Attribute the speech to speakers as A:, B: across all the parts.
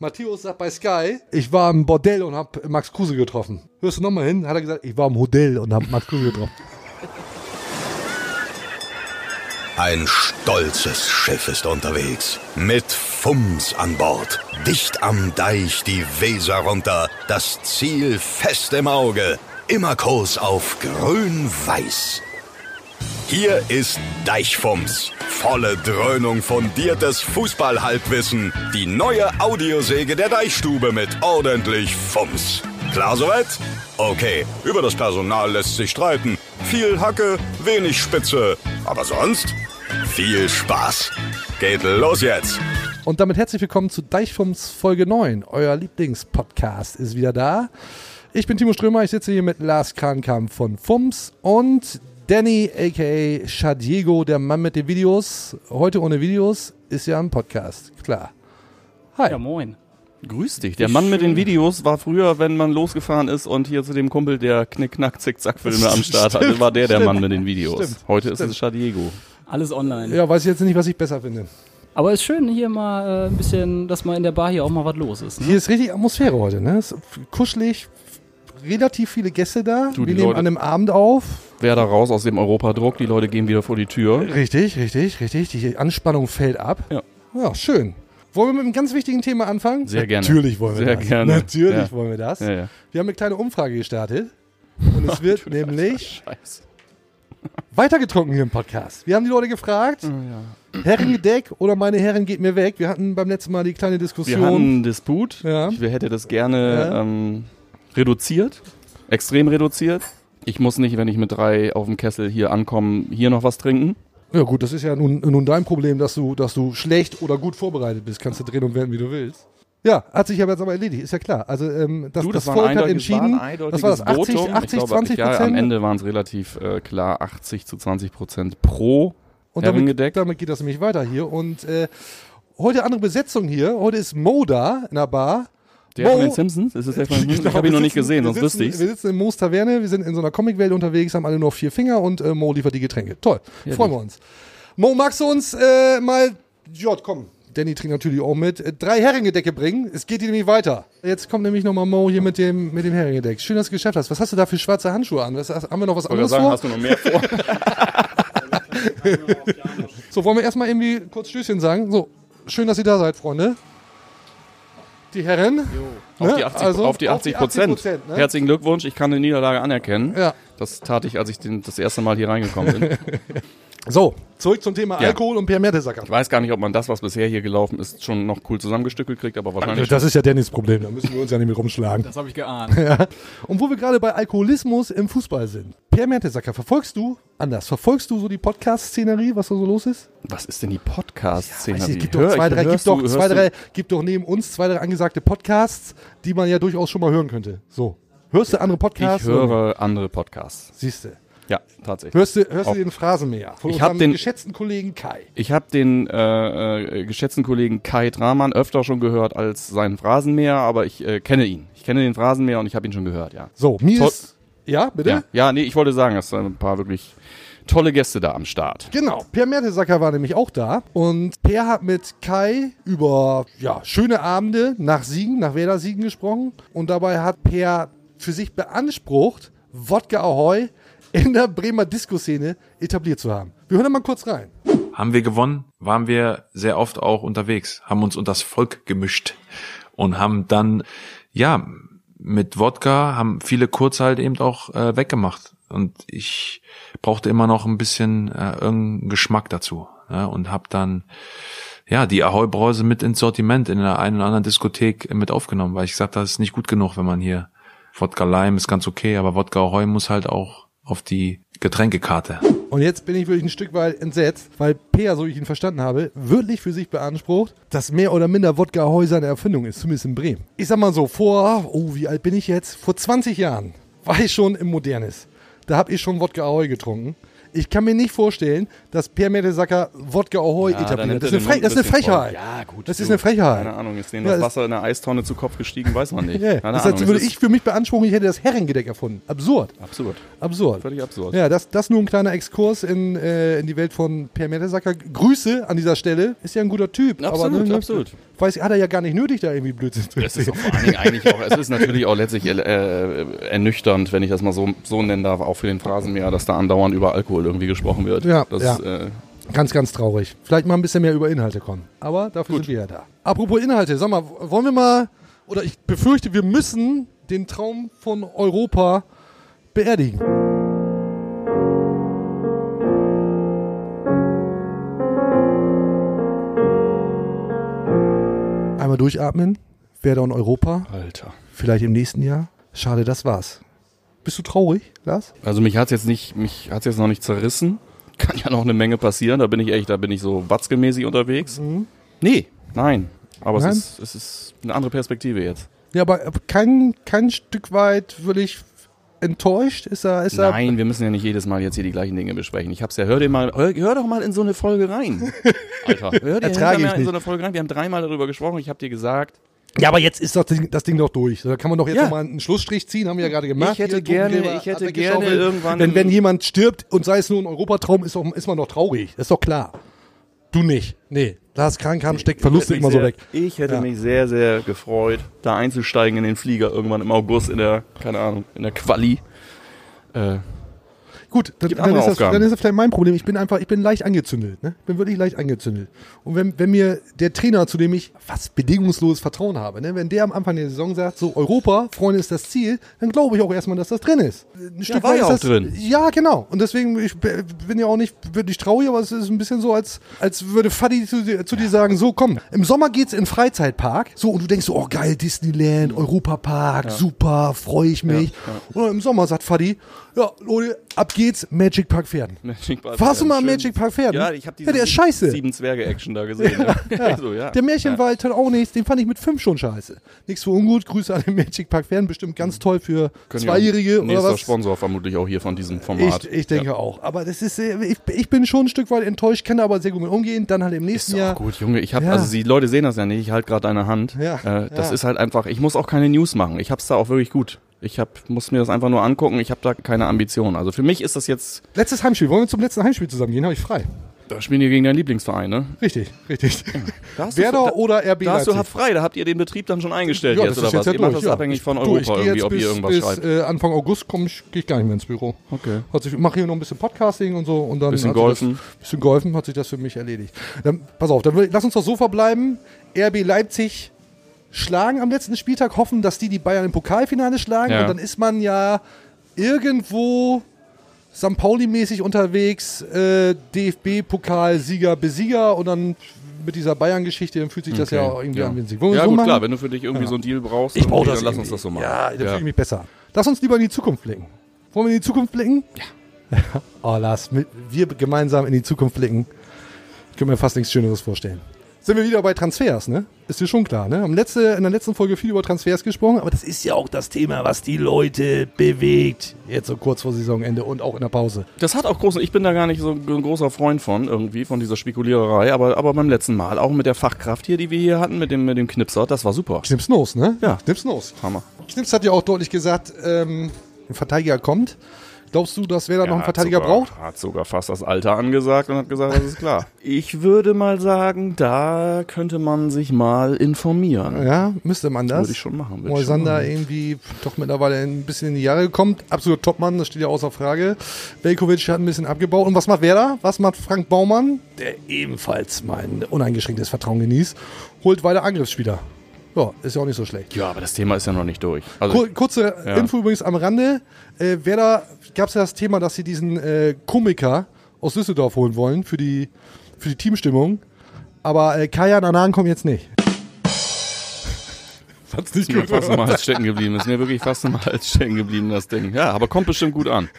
A: Matthäus sagt bei Sky, ich war im Bordell und hab Max Kruse getroffen. Hörst du nochmal hin? Hat er gesagt, ich war im Hotel und hab Max Kruse getroffen.
B: Ein stolzes Schiff ist unterwegs. Mit Fums an Bord. Dicht am Deich die Weser runter. Das Ziel fest im Auge. Immer Kurs auf grün-weiß. Hier ist Deichfumms. Volle Dröhnung fundiertes Fußballhalbwissen. Die neue Audiosäge der Deichstube mit ordentlich Fumms. Klar soweit? Okay, über das Personal lässt sich streiten. Viel Hacke, wenig Spitze. Aber sonst viel Spaß. Geht los jetzt.
A: Und damit herzlich willkommen zu Deichfumms Folge 9. Euer Lieblingspodcast ist wieder da. Ich bin Timo Strömer, ich sitze hier mit Lars Kahnkamp von Fumms und Danny, a.k.a. Shadiego, der Mann mit den Videos. Heute ohne Videos ist ja ein Podcast, klar. Hi.
C: Ja, moin.
D: Grüß dich. Der Mann mit den Videos war früher, wenn man losgefahren ist und hier zu dem Kumpel, der Knick-Knack-Zick-Zack-Filme am Start hatte, war der der Mann mit den Videos.
A: Stimmt.
D: Heute ist es Shadiego.
C: Alles online.
A: Ja, weiß ich jetzt nicht, was ich besser finde.
C: Aber ist schön hier mal äh, ein bisschen, dass mal in der Bar hier auch mal was los ist. Ne?
A: Hier ist richtig Atmosphäre heute, ne? Ist kuschelig, relativ viele Gäste da.
D: Du,
A: Wir
D: die
A: nehmen
D: Leute-
A: an einem Abend auf.
D: Wer da raus aus dem Europa-Druck, die Leute gehen wieder vor die Tür.
A: Richtig, richtig, richtig. Die Anspannung fällt ab.
D: Ja.
A: Ja, schön. Wollen wir mit einem ganz wichtigen Thema anfangen?
D: Sehr gerne.
A: Natürlich wollen wir
D: Sehr
A: das.
D: gerne.
A: Natürlich
D: Ja.
A: wollen wir das.
D: Ja, ja.
A: Wir haben eine kleine Umfrage gestartet. Und es wird nämlich
D: Scheiße.
A: weitergetrunken hier im Podcast. Wir haben die Leute gefragt,
D: Oh,
A: Herrengedeck oder meine Herren geht mir weg. Wir hatten beim letzten Mal die kleine
D: Wir
A: Diskussion.
D: hatten einen Disput.
A: Ja.
D: Ich hätte das gerne
A: Ja.
D: ähm, reduziert, extrem reduziert. Ich muss nicht, wenn ich mit drei auf dem Kessel hier ankomme, hier noch was trinken.
A: ja gut, das ist ja nun, nun dein Problem, dass du, dass du schlecht oder gut vorbereitet bist. Kannst du drehen und wenden, wie du willst. Ja, hat sich aber jetzt aber erledigt, ist ja klar. Also ähm, das,
D: Du,
A: das,
D: war ein
A: Volk hat
D: eindeutiges- war ein
A: entschieden, das war das
D: eindeutiges
A: 80, 80
D: Votum. ich glaube,
A: 20
D: ja,
A: Prozent.
D: Am Ende waren es relativ äh, klar 80 zu 20 Prozent pro
A: Und damit,
D: Herrengedeckt.
A: damit geht das nämlich weiter hier. Und äh, heute andere Besetzung hier. Heute ist Mo da in der Bar.
D: Der von
A: Mo-
D: den Simpsons? Ist das der von den Simpsons?
A: Genau,
D: Ich habe
A: wir
D: ihn noch nicht
A: sitzen-
D: gesehen,
A: wir
D: sonst wüsste
A: sitzen-
D: ich's.
A: Wir sitzen in Mo's Taverne, wir sind in so einer Comicwelt unterwegs, haben alle nur vier Finger und äh, Mo liefert die Getränke. Toll, freuen wir uns. Mo, magst du uns äh, mal, ja, komm, Danny trinkt natürlich auch mit, äh, drei Herringedecke bringen? Es geht dir nämlich weiter. Jetzt kommt nämlich nochmal Mo hier mit dem, mit dem Herringedeck. Schön, dass du es geschafft hast. Was hast du da für schwarze Handschuhe an? Was, hast- haben wir noch was
D: Wollte gerade
A: anderes
D: sagen,
A: vor?
D: hast du noch mehr vor?
A: So, wollen wir erstmal irgendwie kurz Stößchen sagen? So, schön, dass ihr da seid, Freunde. Die Herren.
D: Auf die
A: Ne?
D: 80,
A: Also,
D: auf die 80 Prozent.
A: ne?
D: Herzlichen Glückwunsch, ich kann die Niederlage anerkennen.
A: Ja.
D: Das tat ich, als ich den, das erste Mal hier reingekommen bin.
A: So, zurück zum Thema
D: Ja.
A: Alkohol und Pierre Mertesacker.
D: Ich weiß gar nicht, ob man das, was bisher hier gelaufen ist, schon noch cool zusammengestückelt kriegt, aber wahrscheinlich.
A: Das ist ja Dennis Problem, da müssen wir uns ja nicht mit rumschlagen.
C: Das habe ich geahnt.
A: Und wo wir gerade bei Alkoholismus im Fußball sind. Pierre Mertesacker, verfolgst du, anders, verfolgst du so die Podcast-Szenerie, was da so los ist?
D: Was ist denn die Podcast-Szene?
A: Weiß nicht,
D: Wie?
A: gibt doch
D: Hör-
A: zwei, drei,
D: hörst
A: gibt doch,
D: du-
A: zwei,
D: hörst du-
A: drei, gibt doch neben uns zwei, drei angesagte Podcasts, die man ja durchaus schon mal hören könnte. So. Hörst du andere Podcasts?
D: Ich höre andere Podcasts.
A: Siehst du.
D: Ja, tatsächlich.
A: Hörst du, hörst du
D: Auch-
A: den Phrasenmäher von
D: Ich hab
A: unserem
D: den-
A: geschätzten Kollegen Kai?
D: Ich habe den äh, äh, geschätzten Kollegen Kai Dramann öfter schon gehört als seinen Phrasenmäher, aber ich äh, kenne ihn. Ich kenne den Phrasenmäher und ich habe ihn schon gehört, ja.
A: So, mir
D: Toll-
A: ist... Ja, bitte?
D: Ja, ja nee, ich wollte sagen, es sind ein paar wirklich tolle Gäste da am Start.
A: Genau, Per Mertesacker war nämlich auch da und Per hat mit Kai über ja, schöne Abende nach Siegen, nach Werder Siegen gesprochen und dabei hat Per für sich beansprucht, Wodka Ahoy in der Bremer Disco-Szene etabliert zu haben. Wir hören da mal kurz rein.
E: haben wir gewonnen, waren wir sehr oft auch unterwegs, haben uns unters Volk gemischt und haben dann, ja, mit Wodka haben viele Kurz halt eben auch äh, weggemacht. Und ich brauchte immer noch ein bisschen äh, irgendeinen Geschmack dazu. Ne? Und habe dann, ja, die Ahoi-Brause mit ins Sortiment in der einen oder anderen Diskothek mit aufgenommen, weil ich gesagt habe, das ist nicht gut genug, wenn man hier Wodka Lime ist ganz okay, aber Wodka Ahoi muss halt auch auf die Getränkekarte.
A: Und jetzt bin ich wirklich ein Stück weit entsetzt, weil Peer, so wie ich ihn verstanden habe, wirklich für sich beansprucht, dass mehr oder minder Wodka Heu seine Erfindung ist, zumindest in Bremen. Ich sag mal so, vor, oh, wie alt bin ich jetzt? Vor 20 Jahren war ich schon im Modernes. Da habe ich schon Wodka Heu getrunken. Ich kann mir nicht vorstellen, dass Per Mertesacker Wodka Ahoi
D: da nimmt
A: etabliert. Das ist
D: er
A: eine,
D: den
A: Fre
D: Mund
A: das ist eine
D: ein bisschen voll.
A: Frechheit.
D: Ja, gut.
A: Das ist
D: du,
A: eine Frechheit.
D: Keine Ahnung, ist denen
A: Ja,
D: das
A: es-
D: Wasser in der Eistonne zu Kopf gestiegen, weiß man nicht.
A: Yeah.
D: Keine
A: Das ist,
D: Ahnung.
A: als würde
D: es ist
A: ich für mich beanspruchen, ich hätte das Herrengedeck erfunden. Absurd.
D: absurd.
A: Absurd.
D: Völlig absurd.
A: Ja, das, das nur ein kleiner Exkurs in, äh, in die Welt von Per Mertesacker. Grüße an dieser Stelle. Ist ja ein guter Typ.
D: Absolut,
A: aber, ne, ne,
D: absolut.
A: Weiß ich, hat er ja gar nicht nötig, da irgendwie Blödsinn zu
D: Es ist auch vor allen Dingen eigentlich auch, es ist natürlich auch letztlich äh, äh, ernüchternd, wenn ich das mal so, so nennen darf, auch für den Phrasenmäher, dass da andauernd über Alkohol irgendwie gesprochen wird.
A: Ja,
D: das,
A: ja.
D: Äh,
A: Ganz, ganz traurig. Vielleicht mal ein bisschen mehr über Inhalte kommen. Aber dafür sind wir ja da. Apropos Inhalte, sag mal, wollen wir mal, oder ich befürchte, wir müssen den Traum von Europa beerdigen. Einmal durchatmen. Verdun Europa.
D: Alter.
A: Vielleicht im nächsten Jahr. Schade, das war's. Bist du traurig, Lars?
D: Also mich hat's jetzt nicht, mich hat's jetzt noch nicht zerrissen. Kann ja noch eine Menge passieren, da bin ich echt, da bin ich so watzgemäßig unterwegs. Nee, nein. Aber
A: Mhm. Nein?
D: Es, ist, es ist eine andere Perspektive jetzt.
A: Ja, aber kein, kein Stück weit wirklich enttäuscht ist er. Ist er
D: Nein, wir müssen ja nicht jedes Mal jetzt hier die gleichen Dinge besprechen. Ich hab's ja, hör dir mal, hör, hör doch mal in so eine Folge rein. Alter, hör
A: Ertrage
D: dir hör
A: ich
D: mal in
A: nicht.
D: so eine Folge rein. Wir haben dreimal darüber gesprochen, ich hab dir gesagt,
A: Ja, aber jetzt ist das Ding, das Ding doch durch. Da kann man doch jetzt
D: Ja.
A: noch mal einen Schlussstrich ziehen, haben wir ja gerade gemacht.
D: Ich hätte
A: Hier, Totengräber
D: gerne- ich hätte
A: hat er
D: gerne
A: geschaufelt.
D: irgendwann-
A: Denn wenn jemand stirbt und sei es nur ein Europatraum, ist, doch, ist man doch traurig. Das ist doch klar. Du nicht. Nee. Lars Krankham steckt Verluste
D: mich
A: immer
D: sehr,
A: so weg.
D: Ich hätte
A: Ja.
D: mich sehr, sehr gefreut, da einzusteigen in den Flieger irgendwann im August in der, keine Ahnung, in der Quali. Äh,
A: Gut, dann,
D: Gibt
A: dann,
D: andere
A: ist das,
D: Aufgaben.
A: dann ist das vielleicht mein Problem. Ich bin einfach, ich bin leicht angezündet. Ne? Ich bin wirklich leicht angezündet. Und wenn, wenn mir der Trainer, zu dem ich fast bedingungsloses Vertrauen habe, ne? wenn der am Anfang der Saison sagt, so Europa, Freunde, ist das Ziel, dann glaube ich auch erstmal, dass das drin ist. Ein Stück
D: war
A: weit
D: ja
A: ist
D: auch
A: das,
D: drin.
A: Ja, genau. Und deswegen, ich b- bin ja auch nicht wirklich traurig, aber es ist ein bisschen so, als, als würde Fadi zu, dir- zu dir sagen, so komm, im Sommer geht's in den Freizeitpark. So, und du denkst so, oh geil, Disneyland,
D: Mhm.
A: Europapark, super, freue ich mich. Und im Sommer sagt Fadi, ja, Leute, ab geht's, Magic Park Pferden.
D: Magic Park
A: Warst du mal am
D: Schön.
A: Magic Park Pferden?
D: Ja, ich habe diese
A: Ja, der ist
D: sieben-
A: scheiße.
D: sieben Zwerge-Action da gesehen. ja. So, ja.
A: Der Märchenwald hat auch nichts, den fand ich mit fünf schon scheiße. Nichts für ungut, Grüße an den Magic Park Pferden, bestimmt ganz toll für
D: Mhm. Können ja-
A: Zweijährige oder
D: Nächster
A: was.
D: Sponsor vermutlich auch hier von diesem Format.
A: Ich, ich denke auch. Aber das ist, sehr- ich, ich bin schon ein Stück weit enttäuscht, kann da aber sehr gut mit umgehen. Dann halt im nächsten
D: Ist doch
A: Jahr.
D: gut, Junge. Ich habe,
A: Ja.
D: also die Leute sehen das ja nicht. Ich halte gerade deine Hand.
A: Ja,
D: Äh, das
A: ja.
D: ist halt einfach. Ich muss auch keine News machen. Ich hab's da auch wirklich gut. Ich hab, muss mir das einfach nur angucken. Ich habe da keine Ambitionen. Also für mich ist das jetzt.
A: Letztes Heimspiel. Wollen wir zum letzten Heimspiel zusammen gehen? Habe ich frei.
D: Da spielen wir gegen deinen Lieblingsverein, ne?
A: Richtig, richtig.
D: Da hast du-
A: Werder
D: da-
A: oder RB
D: Da hast du
A: Leipzig?
D: hab frei. Da habt ihr den Betrieb dann schon eingestellt jetzt oder was? ihr macht das
A: ja.
D: abhängig von
A: Du,
D: Europa
A: ich geh
D: irgendwie,
A: jetzt
D: ob
A: bis,
D: ihr irgendwas
A: bis,
D: schreibt.
A: Äh, Anfang August komme ich, gehe ich gar nicht mehr ins Büro.
D: Okay.
A: Hat sich, mache hier noch ein bisschen Podcasting und so und dann
D: Bisschen
A: hat sich
D: golfen.
A: Das, bisschen golfen hat sich das für mich erledigt. Dann, pass auf, dann will- lass uns doch so verbleiben. RB Leipzig schlagen am letzten Spieltag, hoffen, dass die die Bayern im Pokalfinale schlagen
D: Ja.
A: und dann ist man ja irgendwo St. Pauli-mäßig unterwegs, äh, DFB-Pokal-Sieger, Besieger und dann mit dieser Bayern-Geschichte, dann fühlt sich das ja auch irgendwie an wie ein Sieg. Wollen wir
D: Ja,
A: so
D: gut,
A: machen?
D: klar, wenn du für dich irgendwie so einen Deal brauchst,
A: Ich brauche
D: irgendwie,
A: das.
D: dann lass
A: irgendwie.
D: uns das so machen.
A: Ja, da fühle ich mich besser. Lass uns lieber in die Zukunft blicken. Wollen wir in die Zukunft blicken? Ja. oh, Lars, mit- wir gemeinsam in die Zukunft blicken. Ich könnte mir fast nichts Schöneres vorstellen. Sind wir wieder bei Transfers, ne? Ist dir schon klar, ne? Am letzte, in der letzten Folge viel über Transfers gesprochen, aber das ist ja auch das Thema, was die Leute bewegt. Jetzt so kurz vor Saisonende und auch in der Pause.
D: Das hat auch großen, ich bin da gar nicht so ein großer Freund von, irgendwie, von dieser Spekuliererei, aber, aber beim letzten Mal, auch mit der Fachkraft hier, die wir hier hatten, mit dem, mit dem Knipser, das war super.
A: Knips Nose, ne?
D: Ja.
A: Knips Nose.
D: Hammer.
A: Knips hat ja auch deutlich gesagt, ähm, ein Verteidiger kommt. Glaubst du, dass wer da noch einen
D: hat
A: Verteidiger
D: sogar,
A: braucht?
D: Hat sogar fast das Alter angesagt und hat gesagt, das ist klar. ich würde mal sagen, da könnte man sich mal informieren.
A: Ja, müsste man das.
D: Würde ich schon machen, würde ich schon
A: Moisander irgendwie doch mittlerweile ein bisschen in die Jahre kommt. Absoluter Topmann, das steht ja außer Frage. Belkovic hat ein bisschen abgebaut. Und was macht Werder? Was macht Frank Baumann? Der ebenfalls mein uneingeschränktes Vertrauen genießt. Holt weiter Angriffsspieler. Ja, ist ja auch nicht so schlecht.
D: Ja, aber das Thema ist ja noch nicht durch. Also,
A: Kur kurze
D: Ja.
A: Info übrigens am Rande. Äh, Werder gab es ja das Thema, dass sie diesen äh, Komiker aus Düsseldorf holen wollen für die, für die Teamstimmung. Aber äh, Kajan Anan kommt jetzt nicht. Fand's nicht
D: ist mir fast im Hals stecken geblieben. Ist mir wirklich fast im Hals stecken geblieben, das Ding. Ja, aber kommt bestimmt gut an.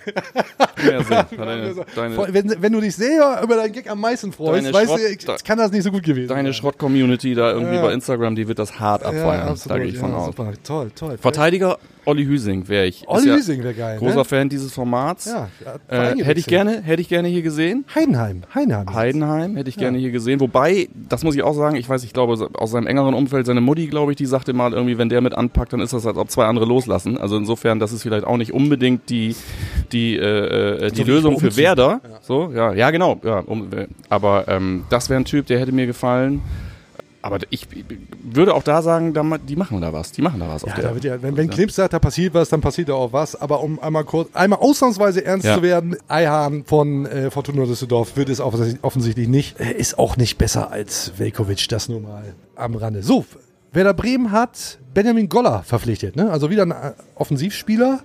D: Mehr Sinn. Hat Deine, deine,
A: Fre- Wenn, wenn du dich selber über deinen Gag am meisten freust,
D: Deine
A: weißt
D: Schrott-
A: du, kann das nicht so gut gewesen
D: deine
A: sein.
D: Schrott-Community da irgendwie
A: Ja.
D: bei Instagram, die wird das hart abfeiern. da gehe ich von
A: ja,
D: aus.
A: Super. Toll, toll.
D: Verteidiger Olli Hüsing wäre ich. Ist
A: Olli Hüsing wär geil,
D: Großer
A: ne?
D: Fan dieses Formats.
A: Ja, ja,
D: äh, hätte ich gerne, hätte ich gerne hier gesehen.
A: Heidenheim, Heidenheim.
D: Heidenheim hätte ich gerne hier gesehen. Wobei, das muss ich auch sagen, ich weiß, ich glaube, aus seinem engeren Umfeld, seine Mutti, glaube ich, die sagte mal irgendwie, wenn der mit anpackt, dann ist das, als ob zwei andere loslassen. Also insofern, das ist vielleicht auch nicht unbedingt die, die, äh, äh, die
A: wie
D: Lösung
A: vor
D: für Werder. So, ja, ja, genau. Ja, um, aber ähm, das wäre ein Typ, der hätte mir gefallen. Aber ich würde auch da sagen, da ma- die machen da was. Die machen da was. auf
A: Ja,
D: der-
A: da wird ja, wenn, wenn Knips sagt, da passiert was, dann passiert da auch was. Aber um einmal kurz, einmal ausnahmsweise ernst
D: Ja.
A: zu werden, Eihahn von äh, Fortuna Düsseldorf wird es offens- offensichtlich nicht. Äh, Ist auch nicht besser als Velkovic, das nur mal am Rande. So, Werder Bremen hat Benjamin Goller verpflichtet, ne? Also wieder ein äh, Offensivspieler.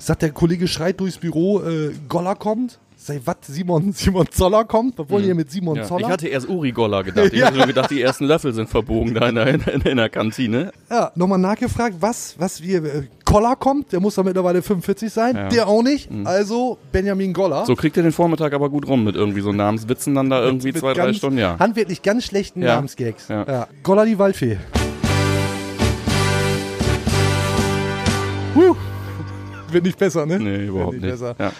A: Sagt der Kollege schreit durchs Büro, äh, Goller kommt. Sei was, Simon, Simon Zoller kommt? Was wollen ihr mit Simon
D: Mhm. Ja.
A: Zoller?
D: Ich hatte erst Uri Goller gedacht. Ich
A: Ja.
D: hatte nur gedacht, die ersten Löffel sind verbogen da in der, in, in der Kantine.
A: Ja, nochmal nachgefragt, was, was wir, äh, Koller kommt, der muss da mittlerweile 45 sein,
D: Ja. Mhm.
A: der auch nicht, also Benjamin Goller.
D: So kriegt ihr den Vormittag aber gut rum mit irgendwie so Namenswitzen dann da irgendwie
A: Mit
D: zwei, drei
A: ganz-
D: Stunden. Ja.
A: Handwerklich ganz schlechten
D: Ja.
A: Namensgags.
D: Ja.
A: Goller die Waldfee. Huh. Wird nicht besser, ne?
D: Nee, überhaupt
A: Wird
D: nicht.
A: Besser.
D: Ja.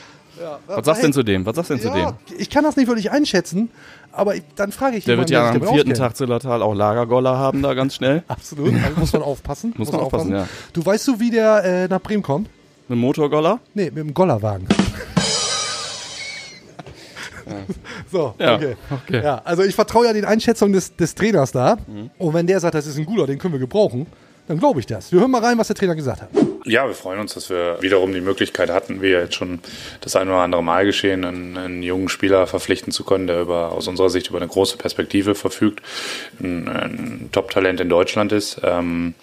D: Was sagst du denn zu dem? Was sagst du denn zu dem?
A: Ja, ich kann das nicht wirklich einschätzen, aber ich, dann frage ich
D: Der wird
A: jemanden,
D: ja
A: sich
D: am
A: damit
D: vierten
A: auskennt.
D: Tag Zillertal auch Lagergoller haben da ganz schnell.
A: Absolut, also muss man aufpassen.
D: Muss man aufpassen,
A: Du weißt du, wie der äh, nach Bremen kommt?
D: Einen Motorgoller.
A: Nee, mit dem Gollerwagen. So,
D: Ja,
A: okay.
D: okay.
A: Ja, also ich vertraue ja den Einschätzungen des, des Trainers da. Und wenn der sagt, das ist ein guter, den können wir gebrauchen, dann glaube ich das. Wir hören mal rein, was der Trainer gesagt hat.
F: Ja, wir freuen uns, dass wir wiederum die Möglichkeit hatten, wie jetzt schon das ein oder andere Mal geschehen, einen, einen jungen Spieler verpflichten zu können, der über, aus unserer Sicht über eine große Perspektive verfügt, ein, ein Top-Talent in Deutschland ist. Ähm,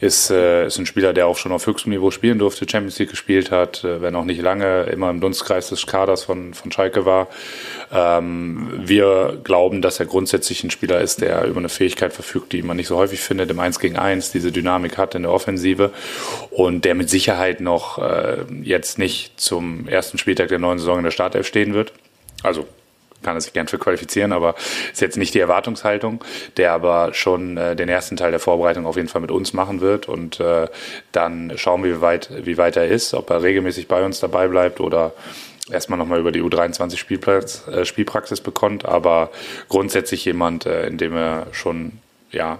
F: ist, äh, ist ein Spieler, der auch schon auf höchstem Niveau spielen durfte, Champions League gespielt hat, äh, wenn auch nicht lange, immer im Dunstkreis des Kaders von, von Schalke war. Ähm, wir glauben, dass er grundsätzlich ein Spieler ist, der über eine Fähigkeit verfügt, die man nicht so häufig findet, im 1 gegen 1, diese Dynamik hat in der Offensive und der mit Sicherheit noch äh, jetzt nicht zum ersten Spieltag der neuen Saison in der Startelf stehen wird. Also kann er sich gern für qualifizieren, aber ist jetzt nicht die Erwartungshaltung, der aber schon äh, den ersten Teil der Vorbereitung auf jeden Fall mit uns machen wird und äh, dann schauen wir, wie weit, wie weit er ist, ob er regelmäßig bei uns dabei bleibt oder erstmal nochmal über die U23 Spielplatz, äh, Spielpraxis bekommt, aber grundsätzlich jemand, äh, in dem er schon ja,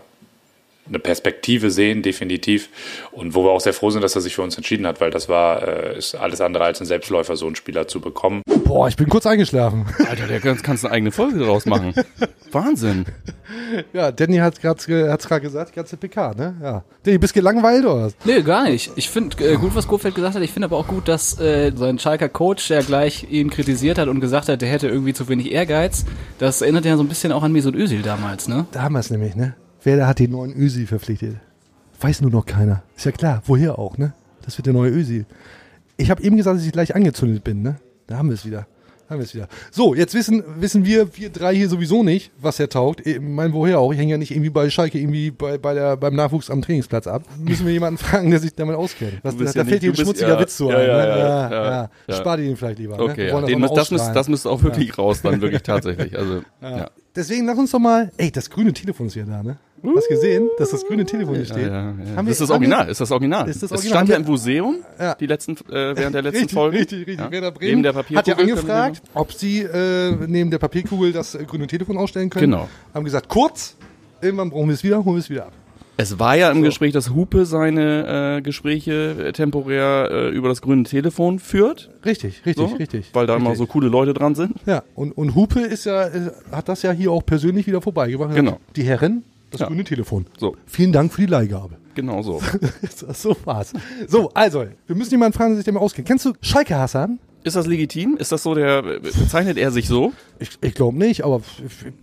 F: eine Perspektive sehen, definitiv. Und wo wir auch sehr froh sind, dass er sich für uns entschieden hat, weil das war, äh, ist alles andere als ein Selbstläufer, so einen Spieler zu bekommen.
A: Boah, ich bin kurz eingeschlafen.
D: Alter, der kannst, kannst eine eigene Folge draus machen. Wahnsinn.
A: ja, Danny hat es gerade gesagt, die ganze PK, ne? Ja. Danny, bist gelangweilt oder was?
C: Nee, gar nicht. Ich finde äh, gut, was Kofeld gesagt hat. Ich finde aber auch gut, dass äh, sein Schalker Coach, der gleich ihn kritisiert hat und gesagt hat, der hätte irgendwie zu wenig Ehrgeiz. Das erinnert ja so ein bisschen auch an Mesut Özil damals, ne?
A: Da haben wir es nämlich, ne? Werder hat den neuen Ösi verpflichtet. Weiß nur noch keiner. Ist ja klar, woher auch, ne? Das wird der neue Ösi. Ich habe eben gesagt, dass ich gleich angezündet bin, ne? Da haben wir es wieder. Da haben wir es wieder. So, jetzt wissen, wissen wir, wir drei hier sowieso nicht, was er taugt. Ich meine, woher auch? Ich hänge ja nicht irgendwie bei Schalke, irgendwie bei, bei der, beim Nachwuchs am Trainingsplatz ab. Müssen wir jemanden fragen, der sich damit auskennt. Was,
D: Du
A: da
D: bist
A: da
D: ja
A: fällt
D: nicht-
A: dir ein
D: du bist-
A: schmutziger
D: ja,
A: Witz zu
D: ja,
A: ein.
D: ja,
A: ne?
D: ja,
A: ja,
D: ja,
A: ja.
D: ja.
A: Spar dir den vielleicht lieber.
D: Okay,
A: ne? Wir
D: ja,
A: wollen
D: den
A: auch mal
D: müsst, das, müsst,
A: ausstrahlen.
D: das müsste auch wirklich raus, dann wirklich tatsächlich. Also, ja. Ja.
A: Deswegen lass uns doch mal. Ey, das grüne Telefon ist ja da, ne? Hast gesehen, dass das grüne Telefon hier
D: Ja,
A: steht?
D: ja, ja.
A: Haben wir-
D: Das ist das
A: haben wir-
D: Original, ist das Original.
A: Ist das
D: Es
A: Original?
D: stand ja
A: Haben
D: im Museum
A: Ja.
D: die letzten, äh, während der letzten
A: Richtig,
D: Folge.
A: richtig, richtig.
D: Ja.
A: Werder Bremen
D: Neben der
A: hat ja
D: Papierkugel
A: angefragt, ob sie äh, neben der Papierkugel das äh, grüne Telefon ausstellen können.
D: Genau.
A: Haben gesagt, kurz, irgendwann brauchen wir es wieder, holen wir es wieder ab.
D: Es war ja im Gespräch, dass Hupe seine äh, Gespräche äh, temporär äh, über das grüne Telefon führt.
A: Richtig, richtig,
D: So,
A: richtig.
D: Weil da immer so
A: richtig.
D: coole Leute dran sind.
A: Ja, und, und Hupe ist ja, äh, hat das ja hier auch persönlich wieder vorbeigebracht.
D: Genau.
A: Die Herren, das
D: Ja.
A: grüne Telefon.
D: So.
A: Vielen Dank für die Leihgabe.
D: Genau so.
A: so war's. So, also, wir müssen jemanden fragen, der sich damit auskennt. Kennst du Schalke Hassan?
D: Ist das legitim? Ist das so der, äh, bezeichnet er sich so?
A: Ich, ich glaube nicht, aber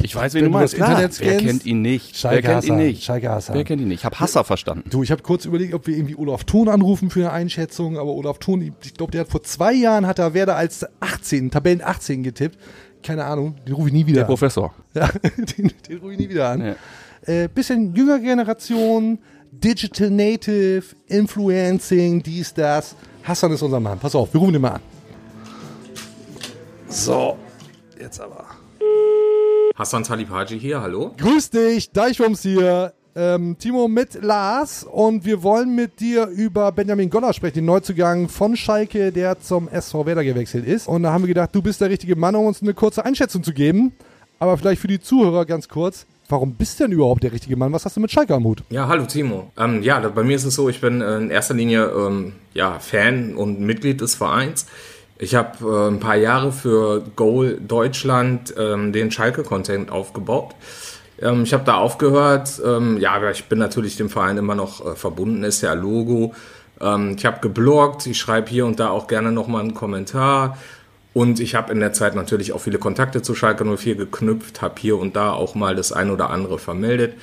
D: Ich weiß,
A: Wenn
D: wen du
A: du
D: meinst.
A: das Internet
D: Wer
A: scannst-
D: kennt ihn nicht?
A: Schalke
D: Wer kennt ihn
A: Hassan,
D: nicht?
A: Schalke Hassan.
D: Wer kennt ihn nicht? Ich habe Hasser verstanden.
A: Du, ich habe kurz überlegt, ob wir irgendwie Olaf Thon anrufen für eine Einschätzung, aber Olaf Thon, ich glaube, der hat vor zwei Jahren hat er Werder als 18, Tabellen 18 getippt. Keine Ahnung, den rufe ich nie wieder
D: Der Professor.
A: an. Ja, den, den rufe ich nie wieder an.
D: Ja.
A: Äh, bisschen jüngere Generation, Digital Native, Influencing, dies, das. Hassan ist unser Mann. Pass auf, wir rufen den mal an. So, jetzt aber.
G: Hassan Talib Haji hier, hallo.
A: Grüß dich, Deichwumms hier. Ähm, Timo mit Lars und wir wollen mit dir über Benjamin Goller sprechen, den Neuzugang von Schalke, der zum SV Werder gewechselt ist. Und da haben wir gedacht, du bist der richtige Mann, um uns eine kurze Einschätzung zu geben. Aber vielleicht für die Zuhörer ganz kurz, warum bist du denn überhaupt der richtige Mann? Was hast du mit Schalke am Hut?
G: Ja, hallo Timo. Ähm, ja, da- bei mir ist es so, ich bin äh, in erster Linie ähm, ja, Fan und Mitglied des Vereins. Ich habe äh, ein paar Jahre für Goal Deutschland ähm, den Schalke-Content aufgebaut. Ähm, ich habe da aufgehört. Ähm, ja, aber ich bin natürlich dem Verein immer noch äh, verbunden, ist ja Logo. Ähm, ich habe gebloggt, ich schreibe hier und da auch gerne nochmal einen Kommentar. Und ich habe in der Zeit natürlich auch viele Kontakte zu Schalke 04 geknüpft, habe hier und da auch mal das ein oder andere vermeldet.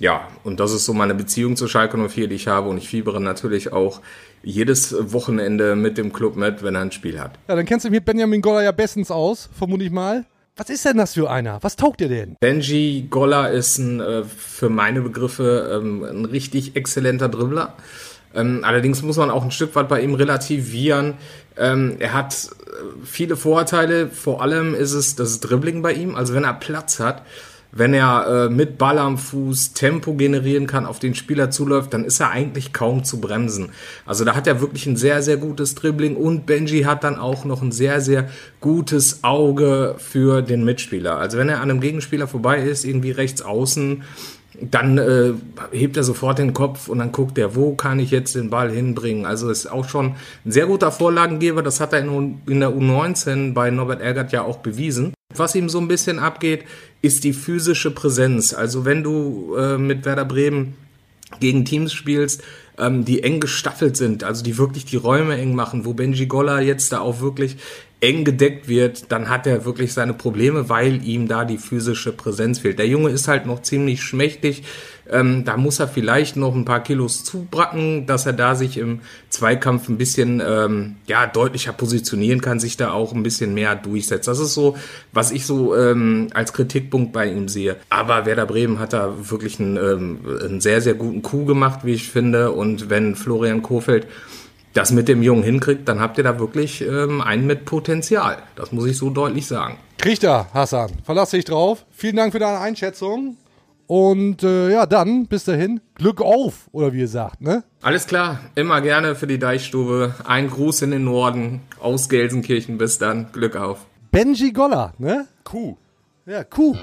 G: Ja, und das ist so meine Beziehung zu Schalke 04, die ich habe. Und ich fiebere natürlich auch jedes Wochenende mit dem Club mit, wenn er ein Spiel hat.
A: Ja, dann kennst du mich mit Benjamin Goller ja bestens aus, vermute ich mal. Was ist denn das für einer? Was taugt dir denn?
G: Benji Golla ist ein, äh, für meine Begriffe ähm, ein richtig exzellenter Dribbler. Ähm, allerdings muss man auch ein Stück weit bei ihm relativieren. Ähm, er hat äh, viele Vorteile. Vor allem ist es das Dribbling bei ihm. Also wenn er Platz hat, wenn er äh, mit Ball am Fuß Tempo generieren kann, auf den Spieler zuläuft, dann ist er eigentlich kaum zu bremsen. Also da hat er wirklich ein sehr, sehr gutes Dribbling und Benji hat dann auch noch ein sehr, sehr gutes Auge für den Mitspieler. Also wenn er an einem Gegenspieler vorbei ist, irgendwie rechts außen, dann äh, hebt er sofort den Kopf und dann guckt er, wo kann ich jetzt den Ball hinbringen. Also ist auch schon ein sehr guter Vorlagengeber. Das hat er in, U- in der U19 bei Norbert Elgert ja auch bewiesen. Was ihm so ein bisschen abgeht, ist die physische Präsenz. Also wenn du äh, mit Werder Bremen gegen Teams spielst, ähm, die eng gestaffelt sind, also die wirklich die Räume eng machen, wo Benji Golla jetzt da auch wirklich eng gedeckt wird, dann hat er wirklich seine Probleme, weil ihm da die physische Präsenz fehlt. Der Junge ist halt noch ziemlich schmächtig, ähm, da muss er vielleicht noch ein paar Kilos zubracken, dass er da sich im Zweikampf ein bisschen ähm, ja, deutlicher positionieren kann, sich da auch ein bisschen mehr durchsetzt. Das ist so, was ich so ähm, als Kritikpunkt bei ihm sehe. Aber Werder Bremen hat da wirklich einen, ähm, einen sehr, sehr guten Coup gemacht, wie ich finde. Und wenn Florian Kofeld das mit dem Jungen hinkriegt, dann habt ihr da wirklich ähm, einen mit Potenzial. Das muss ich so deutlich sagen.
A: Kriegt er, Hassan. Verlass dich drauf. Vielen Dank für deine Einschätzung. Und äh, ja, dann, bis dahin, Glück auf, oder wie ihr sagt, ne?
G: Alles klar, immer gerne für die Deichstube. Ein Gruß in den Norden aus Gelsenkirchen. Bis dann, Glück auf.
A: Benji Goller, ne?
D: Kuh.
A: Ja, Kuh.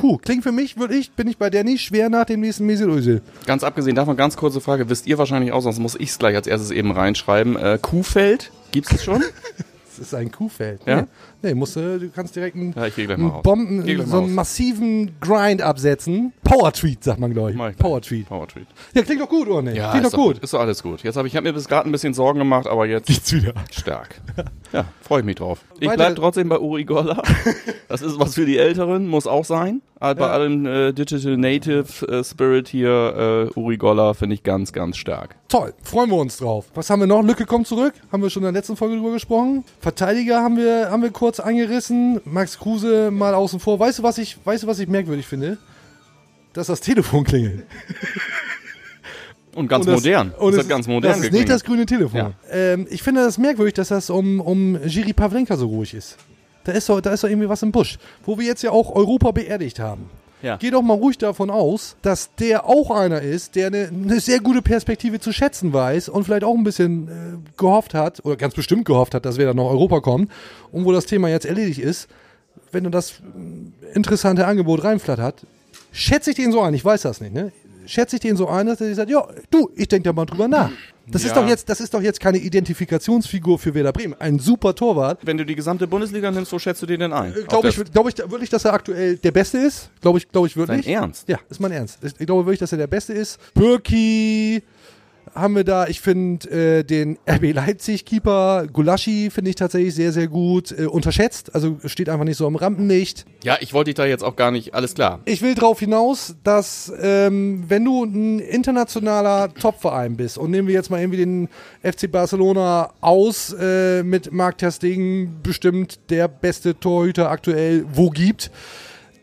A: Kuh. Klingt für mich, würde ich, bin ich bei Danny schwer nach dem nächsten Meselösel.
D: Ganz abgesehen davon, ganz kurze Frage. Wisst ihr wahrscheinlich auch, sonst muss ich es gleich als erstes eben reinschreiben. Äh, Kuhfeld, gibt's es schon?
A: Das ist ein Kuhfeld.
D: Ja?
A: Ne? Nee, musst, du- du kannst direkt einen,
D: Ja, ich geh gleich mal
A: einen
D: raus.
A: Bomben,
D: Geh gleich mal
A: so einen
D: raus.
A: massiven Grind absetzen. Power Tweet, sagt man, glaube
D: Mach ich
A: ich.
D: gleich.
A: Power Tweet.
D: Power Tweet.
A: Ja, klingt doch gut, oder nicht? klingt
D: ist
A: doch gut.
D: Ist doch alles gut. Jetzt habe ich, ich hab mir bis gerade ein bisschen Sorgen gemacht, aber jetzt
A: Nichts wieder.
D: stark. Ja, freue ich mich drauf. Ich
A: Weiter-
D: bleib trotzdem bei Uri Goller. Das ist was für die Älteren, muss auch sein. Aber Bei allem äh, Digital Native äh, Spirit hier, äh, Uri Goller finde ich ganz, ganz stark.
A: Toll, freuen wir uns drauf. Was haben wir noch? Lücke kommt zurück. Haben wir schon in der letzten Folge drüber gesprochen. Verteidiger haben wir, haben wir kurz angerissen. Max Kruse mal außen vor. Weißt du, was ich, weißt du, was ich merkwürdig finde? Dass das Telefon klingelt.
D: Und ganz
A: das-
D: modern.
A: Und
D: das
A: es
D: hat ganz modern
A: Das ist
D: geklingelt.
A: nicht das grüne Telefon.
D: Ja.
A: Ähm, ich finde das merkwürdig, dass das um, um Giri Pavlenka so ruhig ist. Da ist, doch, da ist doch irgendwie was im Busch. Wo wir jetzt ja auch Europa beerdigt haben.
D: Ja.
A: Geh doch mal ruhig davon aus, dass der auch einer ist, der eine, eine sehr gute Perspektive zu schätzen weiß und vielleicht auch ein bisschen äh, gehofft hat, oder ganz bestimmt gehofft hat, dass wir dann nach Europa kommen und wo das Thema jetzt erledigt ist. Wenn du das interessante Angebot reinflattert, schätze ich den so ein, ich weiß das nicht, ne? Schätze ich den so ein, dass er sich sagt, ja, du, ich denke da mal drüber nach. Das ist
D: Ja.
A: doch jetzt, das ist doch jetzt keine Identifikationsfigur für Werder Bremen. Ein super Torwart.
D: Wenn du die gesamte Bundesliga nimmst, wo schätzt du den denn ein?
A: Glaube ich, Äh, glaub ich wirklich, dass er aktuell der Beste ist? Glaube ich, glaube ich wirklich.
D: Dein Ernst?
A: Ja, ist mein Ernst. Ich ich glaube wirklich, dass er der Beste ist. Birki haben wir da. Ich finde äh, den RB Leipzig-Keeper Gulaschi finde ich tatsächlich sehr, sehr gut. Äh, unterschätzt, also steht einfach nicht so am Rampenlicht.
D: Ja, ich wollte dich da jetzt auch gar nicht. Alles klar.
A: Ich will darauf hinaus, dass ähm, wenn du ein internationaler Topverein bist und nehmen wir jetzt mal irgendwie den FC Barcelona aus äh, mit Marc Ter Stegen bestimmt der beste Torhüter aktuell wo gibt,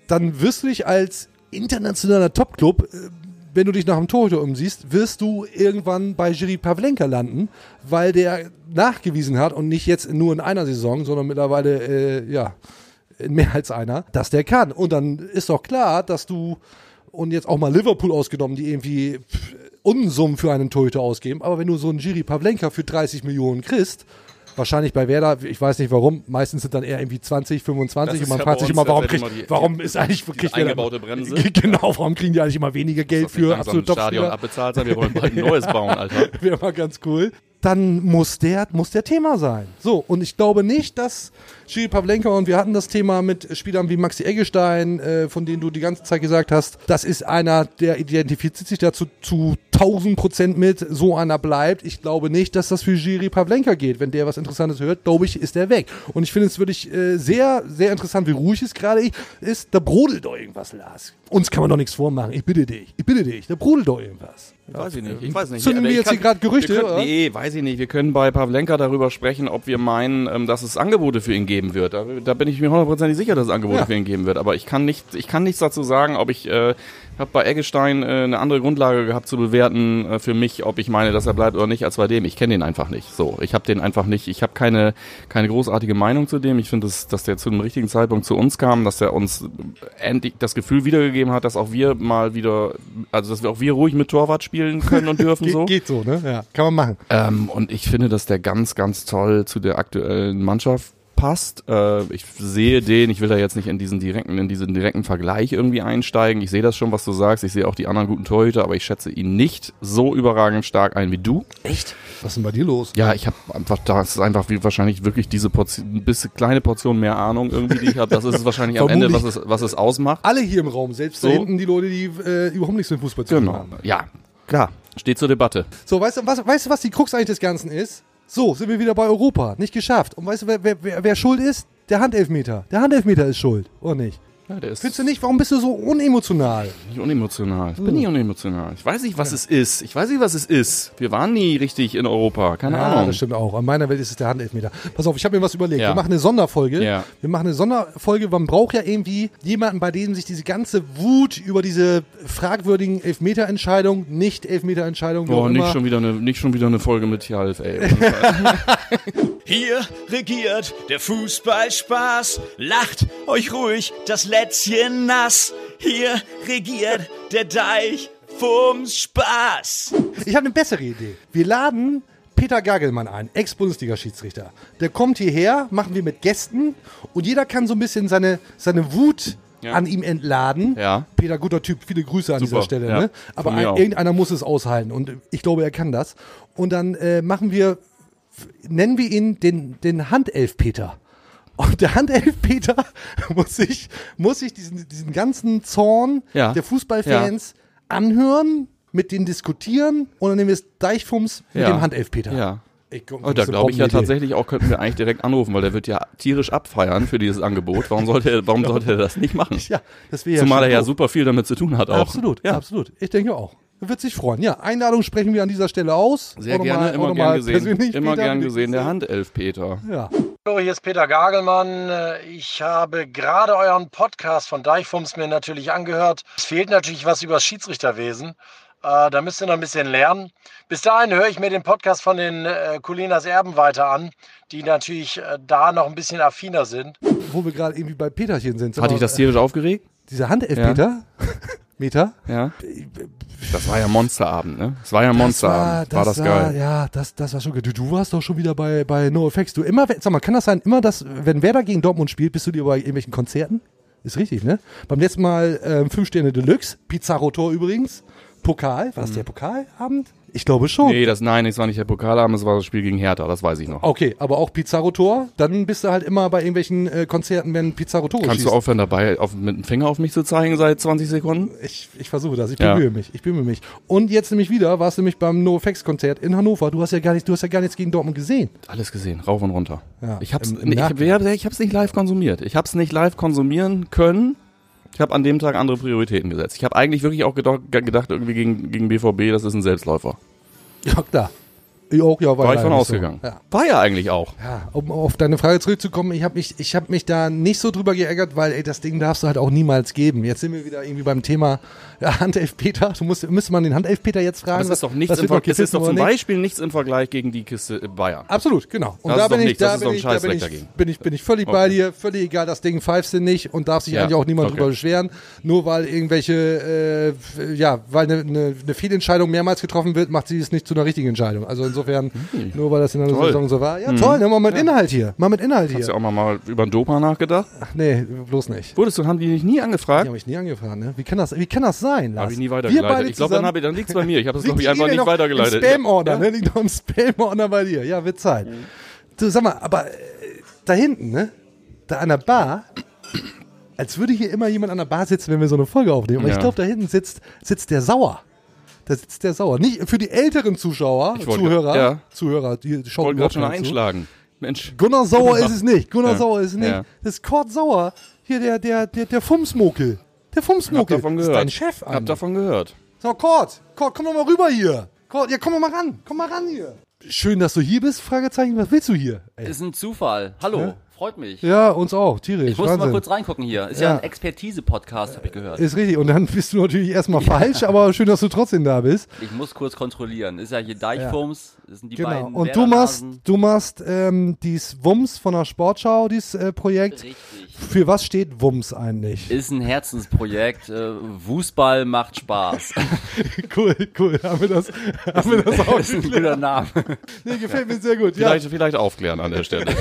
A: dann wirst du dich als internationaler Topclub, äh, wenn du dich nach dem Torhüter umsiehst, wirst du irgendwann bei Jiri Pavlenka landen, weil der nachgewiesen hat und nicht jetzt nur in einer Saison, sondern mittlerweile äh, ja in mehr als einer, dass der kann. Und dann ist doch klar, dass du, und jetzt auch mal Liverpool ausgenommen, die irgendwie pff, Unsummen für einen Torhüter ausgeben, aber wenn du so einen Giri Pavlenka für 30 Millionen kriegst, wahrscheinlich bei Werder, ich weiß nicht warum, meistens sind dann eher irgendwie 20, 25
D: Das
A: und man
D: ist ja
A: fragt
D: bei
A: sich
D: uns
A: immer, warum, kriegt,
D: tatsächlich immer die-
A: warum ist eigentlich wirklich
D: eingebaute Bremse.
A: Genau, warum kriegen die eigentlich immer weniger Geld
D: Dass nicht
A: für
D: langsam
A: absolute
D: ein Stadion
A: Topspieler?
D: abbezahlt sein. Wir wollen bald ein neues bauen, Alter.
A: Wäre mal ganz cool. dann muss der, muss der Thema sein. So, und ich glaube nicht, dass Giri Pavlenka und wir hatten das Thema mit Spielern wie Maxi Eggestein, äh, von denen du die ganze Zeit gesagt hast, das ist einer, der identifiziert sich dazu zu 1000 Prozent mit, so einer bleibt. Ich glaube nicht, dass das für Giri Pavlenka geht. Wenn der was Interessantes hört, glaube ich, ist er weg. Und ich finde es wirklich äh, sehr, sehr interessant, wie ruhig es gerade ist. Da brodelt doch irgendwas, Lars. Uns kann man doch nichts vormachen. Ich bitte dich. Ich bitte dich. Da brodelt doch irgendwas.
D: Weiß ich nicht. Ich weiß nicht.
A: Zünden
D: Aber
A: wir
D: ich
A: jetzt
D: kann-
A: hier gerade Gerüchte,
D: wir können,
A: oder?
D: Nee, weiß ich nicht. Wir können bei Pavlenka darüber sprechen, ob wir meinen, ähm, dass es Angebote für ihn geben wird. Da, da bin ich mir hundertprozentig sicher, dass es Angebote
A: Ja.
D: für ihn geben wird. Aber ich kann nicht, ich kann nichts dazu sagen, ob ich äh, habe bei Eggestein äh, eine andere Grundlage gehabt zu bewerten äh, für mich, ob ich meine, dass er bleibt oder nicht, als bei dem. Ich kenne den einfach nicht. So, ich habe den einfach nicht. Ich habe keine keine großartige Meinung zu dem. Ich finde, dass, dass der zu einem richtigen Zeitpunkt zu uns kam, dass er uns endlich das Gefühl wiedergegeben hat, dass auch wir mal wieder, also dass wir auch wir ruhig mit Torwart spielen können und dürfen
A: Ge
D: so.
A: Geht so, ne? Ja, kann man machen.
D: Ähm, und ich finde, dass der ganz, ganz toll zu der aktuellen Mannschaft passt. Äh, ich sehe den, ich will da jetzt nicht in diesen direkten, in diesen direkten Vergleich irgendwie einsteigen. Ich sehe das schon, was du sagst. Ich sehe auch die anderen guten Torhüter, aber ich schätze ihn nicht so überragend stark ein wie du.
A: Was ist denn bei dir los?
D: Ja, ich habe einfach, das ist einfach wie wahrscheinlich wirklich diese Portion, ein bisschen kleine Portion mehr Ahnung irgendwie, die ich habe. Das ist es wahrscheinlich am Ende, was es, was es ausmacht.
A: Alle hier im Raum, selbst da
D: So.
A: hinten die Leute, die äh, überhaupt nichts mit Fußball zu tun
D: Genau.
A: haben.
D: Ja, klar. Steht zur Debatte.
A: So, weißt du, was, weißt du, was die Krux eigentlich des Ganzen ist? So, sind wir wieder bei Europa. Nicht geschafft. Und weißt du, wer, wer, wer, wer schuld ist? Der Handelfmeter. Der Handelfmeter ist schuld, oder nicht?
D: Ja, der ist
A: Findest du nicht? Warum bist du so unemotional?
D: Ich unemotional.
A: Hm.
D: Ich bin nicht unemotional. Ich weiß nicht, was es ist. Ich weiß nicht, was es ist. Wir waren nie richtig in Europa. Keine
A: Ja,
D: Ahnung.
A: das stimmt auch. An meiner Welt ist es der Handelfmeter. Pass auf, ich habe mir was überlegt.
D: Ja.
A: Wir machen eine Sonderfolge.
D: Ja.
A: Wir machen eine Sonderfolge. Man braucht ja irgendwie jemanden, bei dem sich diese ganze Wut über diese fragwürdigen Elfmeterentscheidungen, nicht Elfmeterentscheidungen, wie auch
D: Boah, nicht
A: immer-
D: schon, wieder eine, nicht schon wieder eine Folge mit Tjalf, ey.
H: Hier regiert der Fußballspaß. Lacht euch ruhig das Lätzchen nass. Hier regiert der Deich vom Spaß.
A: Ich habe eine bessere Idee. Wir laden Peter Gagelmann ein, Ex-Bundesliga-Schiedsrichter. Der kommt hierher, machen wir mit Gästen und jeder kann so ein bisschen seine, seine Wut an ihm entladen.
D: Ja.
A: Peter, guter Typ, viele Grüße an dieser Stelle.
D: ja.
A: Ne? Aber
D: Von mir
A: ein,
D: auch.
A: irgendeiner muss es aushalten und ich glaube, er kann das. Und dann äh, machen wir, f- nennen wir ihn den, den Handelf-Peter. Und der Handelf-Peter muss sich, muss sich diesen, diesen ganzen Zorn
D: Ja.
A: der Fußballfans anhören, mit denen diskutieren und dann nehmen wir es Deichfums mit
D: Ja.
A: dem Handelf-Peter.
D: Ja.
A: Ich,
D: Oh, da glaube ich ja tatsächlich auch, könnten wir eigentlich direkt anrufen, weil der wird ja tierisch abfeiern für dieses Angebot. Warum sollte er, warum sollte er das nicht machen?
A: Ja, das wäre ja
D: Zumal er
A: schon
D: ja
A: doof.
D: super viel damit zu tun hat auch.
A: Absolut, absolut. Ich denke auch. Er Wird sich freuen. Ja, Einladung sprechen wir an dieser Stelle aus.
D: Sehr
A: Auch
D: gerne,
A: nochmal- auch
D: immer
A: nochmal
D: gern gesehen.
A: persönlich,
D: Immer
A: Peter,
D: gern
A: mit-
D: gesehen, der Handelf, Peter.
A: Ja.
I: Hallo, hier ist Peter Gagelmann. Äh, Ich habe gerade euren Podcast von Deichfums mir natürlich angehört. Es fehlt natürlich was über das Schiedsrichterwesen. Äh, Da müsst ihr noch ein bisschen lernen. Bis dahin höre ich mir den Podcast von den äh, Colinas Erben weiter an, die natürlich äh, da noch ein bisschen affiner sind.
A: Wo wir gerade irgendwie bei Peterchen sind. Sag
D: Hat
A: mal,
D: dich das tierisch aufgeregt?
A: Dieser Handelf-Peter? Meter?
D: Ja. Das war ja Monsterabend, ne? Das war ja Monsterabend. War das geil.
A: Ja, das, das war schon geil. Du, du warst doch schon wieder bei, bei NoFX. Du immer, sag mal, kann das sein, immer das, wenn Werder gegen Dortmund spielt, bist du dir bei irgendwelchen Konzerten? Ist richtig, ne? Beim letzten Mal ähm, fünf Sterne Deluxe, Pizarro Tor übrigens, Pokal, war das der Pokalabend? Ich glaube schon.
D: Mhm. Nee, das nein, das war nicht der Pokalabend, das war das Spiel gegen Hertha, das weiß ich noch.
A: Okay, aber auch Pizarro Tor, dann bist du halt immer bei irgendwelchen äh, Konzerten, wenn Pizarro Tor
D: Kannst du aufhören, dabei auf, mit dem Finger auf mich zu zeigen seit 20 Sekunden?
A: Ich, ich versuche das, ich
D: Ja.
A: bemühe mich, ich bemühe mich. Und jetzt nämlich wieder, warst du nämlich beim NoFX-Konzert in Hannover. Du hast ja gar nicht, du hast ja gar nichts gegen Dortmund gesehen.
D: Alles gesehen, rauf und runter.
A: Ja,
D: ich hab's,
A: im- im
D: nee, ich, hab,
A: Nachhinein.
D: ich, hab, ich hab's nicht live konsumiert. Ich hab's nicht live konsumieren können. Ich habe an dem Tag andere Prioritäten gesetzt. Ich habe eigentlich wirklich auch gedacht, gedacht irgendwie gegen, gegen BVB, das ist ein Selbstläufer.
A: Ja, klar. Ich auch, ja, war,
D: War ich
A: leider
D: von
A: nicht so.
D: ausgegangen.
A: Ja.
D: War ja eigentlich auch.
A: Ja, um auf deine Frage zurückzukommen, ich habe mich, ich hab mich da nicht so drüber geärgert, weil ey, das Ding darfst du halt auch niemals geben. Jetzt sind wir wieder irgendwie beim Thema ja, Handelf-Peter. Du musst, müsste man den Handelf-Peter jetzt fragen.
D: Aber es
A: was-
D: ist doch nichts
A: was
D: im
A: wird noch
D: Ver- es ist
A: gepfiffen
D: doch zum
A: oder nicht?
D: Beispiel nichts im Vergleich gegen die Kiste äh, Bayern.
A: Absolut, genau. Und
D: Das
A: da
D: ist doch
A: bin ich,
D: nichts, das
A: da
D: ist
A: bin
D: doch ein
A: ich, da bin
D: Scheißdreck
A: ich,
D: dagegen.
A: bin ich, bin ich völlig bei dir, völlig egal, das Ding pfeifst du nicht und darf sich
D: Ja,
A: eigentlich auch niemand
D: okay.
A: drüber beschweren, nur weil irgendwelche, äh, f- ja, weil eine ne, ne Fehlentscheidung mehrmals getroffen wird, macht sie es nicht zu einer richtigen Entscheidung. Also Insofern,
D: Hm.
A: nur weil das in der Saison so war. Ja, toll, ne, mal mit Inhalt hier. Mal mit Inhalt
D: Hast
A: hier.
D: Hm. du auch mal, mal über den Dopa nachgedacht?
A: Ach, nee, bloß nicht.
D: Wurdest du, haben die dich nie
A: Die
D: angefragt?
A: habe ich nie angefahren, ne? Wie kann das, wie kann das sein? Lars?
D: Habe ich
A: Wir
D: nie
A: beide
D: weitergeleitet. Ich glaube, dann,
A: zusammen-
D: hab ich- dann liegt es bei mir. Ich habe das, glaube ich,
A: Liegt die
D: einfach
A: E-Mail
D: nicht
A: noch
D: weitergeleitet. Mhm.
A: Im Spam-Order, ne? Liegt noch im Spam-Order bei dir. Ja, wird Zeit. Du, sag mal, aber äh, da hinten, ne? Da an der Bar, als würde hier immer jemand an der Bar sitzen, wenn wir so eine Folge aufnehmen. Aber
D: Ja.
A: ich glaube, da hinten sitzt, sitzt der Sauer. Da sitzt der Sauer. Nicht für die älteren Zuschauer,
D: Ich wollte-
A: Zuhörer,
D: ja.
A: Zuhörer, die
D: Ich
A: schauen
D: wollte gerade schon
A: überhaupt nicht zu.
D: einschlagen. Mensch.
A: Gunnar Sauer ist es nicht. Gunnar Sauer ist es nicht.
D: Ja.
A: Das ist Kurt Sauer. Hier der, der, der, der Fumsmokel. Der
D: Hab
A: Fumsmokel.
D: davon
A: Das
D: gehört.
A: ist dein Chef,
D: Hab
A: Andi.
D: davon gehört.
A: So, Kurt, Kurt, komm doch mal rüber hier. Kurt, ja, komm doch mal ran. Komm mal ran hier. Schön, dass du hier bist. Fragezeichen, was willst du hier? Ey.
J: Ist ein Zufall. Hallo, freut mich.
A: Ja, uns auch, tierisch.
J: ich musste
A: Wahnsinn.
J: mal kurz reingucken hier. Ist ja,
A: Ja.
J: ein Expertise-Podcast, habe ich gehört.
A: Ist richtig. Und dann bist du natürlich erstmal falsch, aber schön, dass du trotzdem da bist.
J: Ich muss kurz kontrollieren. Ist ja hier Deichfums, das sind die
A: Genau.
J: beiden
A: Und du machst, du machst ähm, dies Wums von der Sportschau, dieses äh, Projekt.
J: Richtig.
A: Für was steht Wums eigentlich?
J: Ist ein Herzensprojekt. Äh, Fußball macht Spaß.
A: cool, cool. Haben wir das, haben wir das
J: ist ein guter Name. Kann
A: Nee, gefällt mir sehr gut. Ja,
D: Vielleicht, vielleicht aufklären an der Stelle.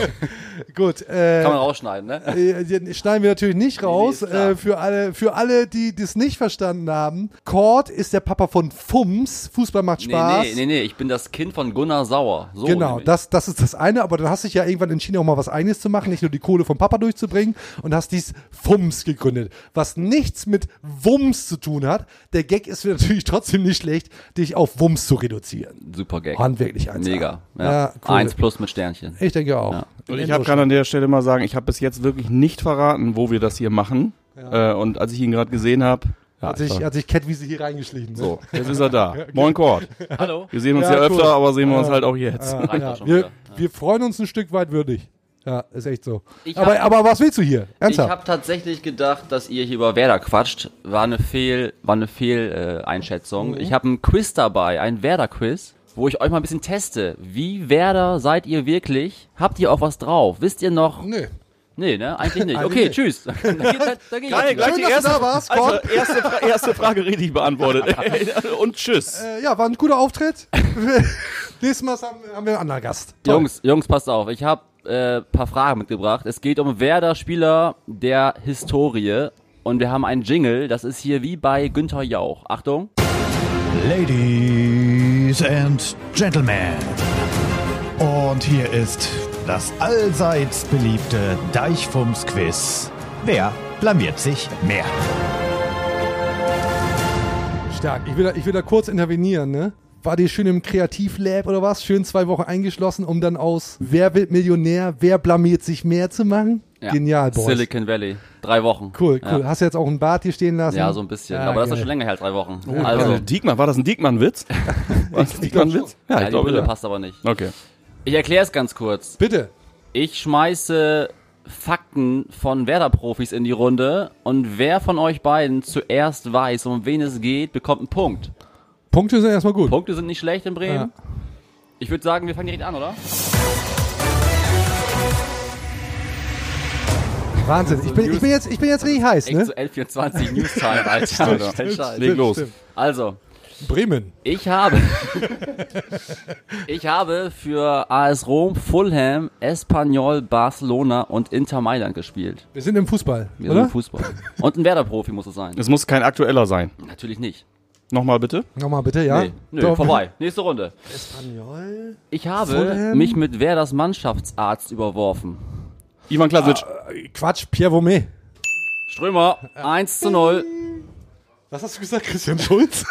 A: gut. Äh,
J: man rausschneiden, ne?
A: Äh, den schneiden wir natürlich nicht raus.
J: nee, ist klar.
A: äh, für alle, für alle, die das nicht verstanden haben. Kord ist der Papa von Fums. Fußball macht Spaß.
J: Nee, nee, nee, nee, ich bin das Kind von Gunnar Sauer. So
A: Genau,
J: nämlich.
A: das, das ist das eine, aber dann hast du dich ja irgendwann entschieden, auch mal was eigenes zu machen, nicht nur die Kohle vom Papa durchzubringen und hast dies Fums gegründet, was nichts mit Wums zu tun hat. Der Gag ist mir natürlich trotzdem nicht schlecht, dich auf Wums zu reduzieren.
J: Super Gag.
A: Handwerklich eins.
J: Mega. Ja.
A: ja cool.
J: Eins plus mit Sternchen.
A: Ich denke auch.
D: Und ich hab, kann an der Stelle mal sagen, ich habe bis jetzt wirklich nicht verraten, wo wir das hier machen. Äh, und als ich ihn gerade gesehen habe, ja,
A: Hat sich, hat sich Kettwiese hier reingeschlichen. Ne?
D: so, jetzt ist er da. Moin Kord.
J: Hallo.
D: Wir sehen uns
A: genau. Ja,
D: ja, öfter,
A: cool.
D: aber sehen wir uns halt auch jetzt.
J: Reicht doch schon
A: Wir,
J: wieder.
A: wir freuen uns ein Stück weit würdig. Ja, ist echt so.
J: Ich
A: Aber,
J: hab-
A: aber was willst du hier?
J: Ich
A: Ernsthaft?
J: habe tatsächlich gedacht, dass ihr hier über Werder quatscht. War eine Fehl, war eine Fehleinschätzung. Äh, Einschätzung.
D: Mhm.
J: Ich habe einen Quiz dabei, einen Werder-Quiz, wo ich euch mal ein bisschen teste. Wie Werder seid ihr wirklich? Habt ihr auch was drauf? Wisst ihr noch?
A: Nö.
J: Nee, ne? Eigentlich nicht.
A: Eigentlich
J: Okay,
A: nicht.
J: tschüss. Dann geht's halt- dann geh ich jetzt wieder.
A: Schön, dass du da warst, Gott.
J: äh,
D: Also, erste, Fra erste Frage richtig beantwortet. und tschüss.
A: Äh, ja, war ein guter Auftritt. Nächstes Mal haben, haben wir einen anderen Gast. Toll.
J: Jungs, Jungs, passt auf. Ich habe ein äh, paar Fragen mitgebracht. Es geht um Werder-Spieler der Historie. Und wir haben einen Jingle. Das ist hier wie bei Günther Jauch. Achtung.
K: Ladies and Gentlemen. Und hier ist das allseits beliebte Deichfums-Quiz. Wer blamiert sich mehr?
A: Stark. Ich will, da, ich will da kurz intervenieren, ne? War die schön im Kreativlab oder was? Schön zwei Wochen eingeschlossen, um dann aus Wer wird Millionär, wer blamiert sich mehr zu machen?
J: Ja.
A: Genial, Boys.
J: Silicon Valley. Drei Wochen.
A: Cool, cool.
J: Ja.
A: Hast du jetzt auch ein Bart hier stehen lassen?
J: Ja, so ein bisschen.
A: Ja, Oh,
J: aber das
A: geil.
J: ist schon länger her, als drei Wochen.
D: Also,
A: Genau.
J: also,
D: Diekmann, war das ein Diekmann-Witz? War das ein Diekmann-Witz?
J: ja, die Brille
D: ja.
J: passt aber nicht.
D: Okay.
J: Ich erkläre es ganz kurz.
A: Bitte.
J: Ich schmeiße Fakten von Werder-Profis in die Runde und wer von euch beiden zuerst weiß, um wen es geht, bekommt einen Punkt.
A: Punkte sind erstmal gut.
J: Punkte sind nicht schlecht in Bremen. Ich würde sagen, wir fangen direkt an, oder?
A: Wahnsinn. Ich bin, ich, bin jetzt, ich bin jetzt richtig heiß,
J: Echt
A: ne?
J: so 11.24 News-Time, Alter. Kein Scheiß.
D: Leg los.
J: Also,
A: Bremen.
J: Ich habe, ich habe für AS Rom, Fulham, Espanyol, Barcelona und Inter Mailand gespielt.
A: Wir sind im Fußball,
J: Wir
A: oder?
J: sind Fußball. Und ein Werder-Profi muss es sein.
D: Es muss kein aktueller sein.
J: Natürlich nicht.
D: Nochmal bitte.
A: Nochmal bitte, ja?
J: Nee, nö,
A: Doch.
J: vorbei. Nächste Runde. Ich habe
A: Fulham.
J: mich mit Werders Mannschaftsarzt überworfen.
D: Ivan Klasic.
A: Ah. Quatsch, Pierre Vomet.
J: Strömer, 1 zu 0.
A: Was hast du gesagt, Christian Schulz?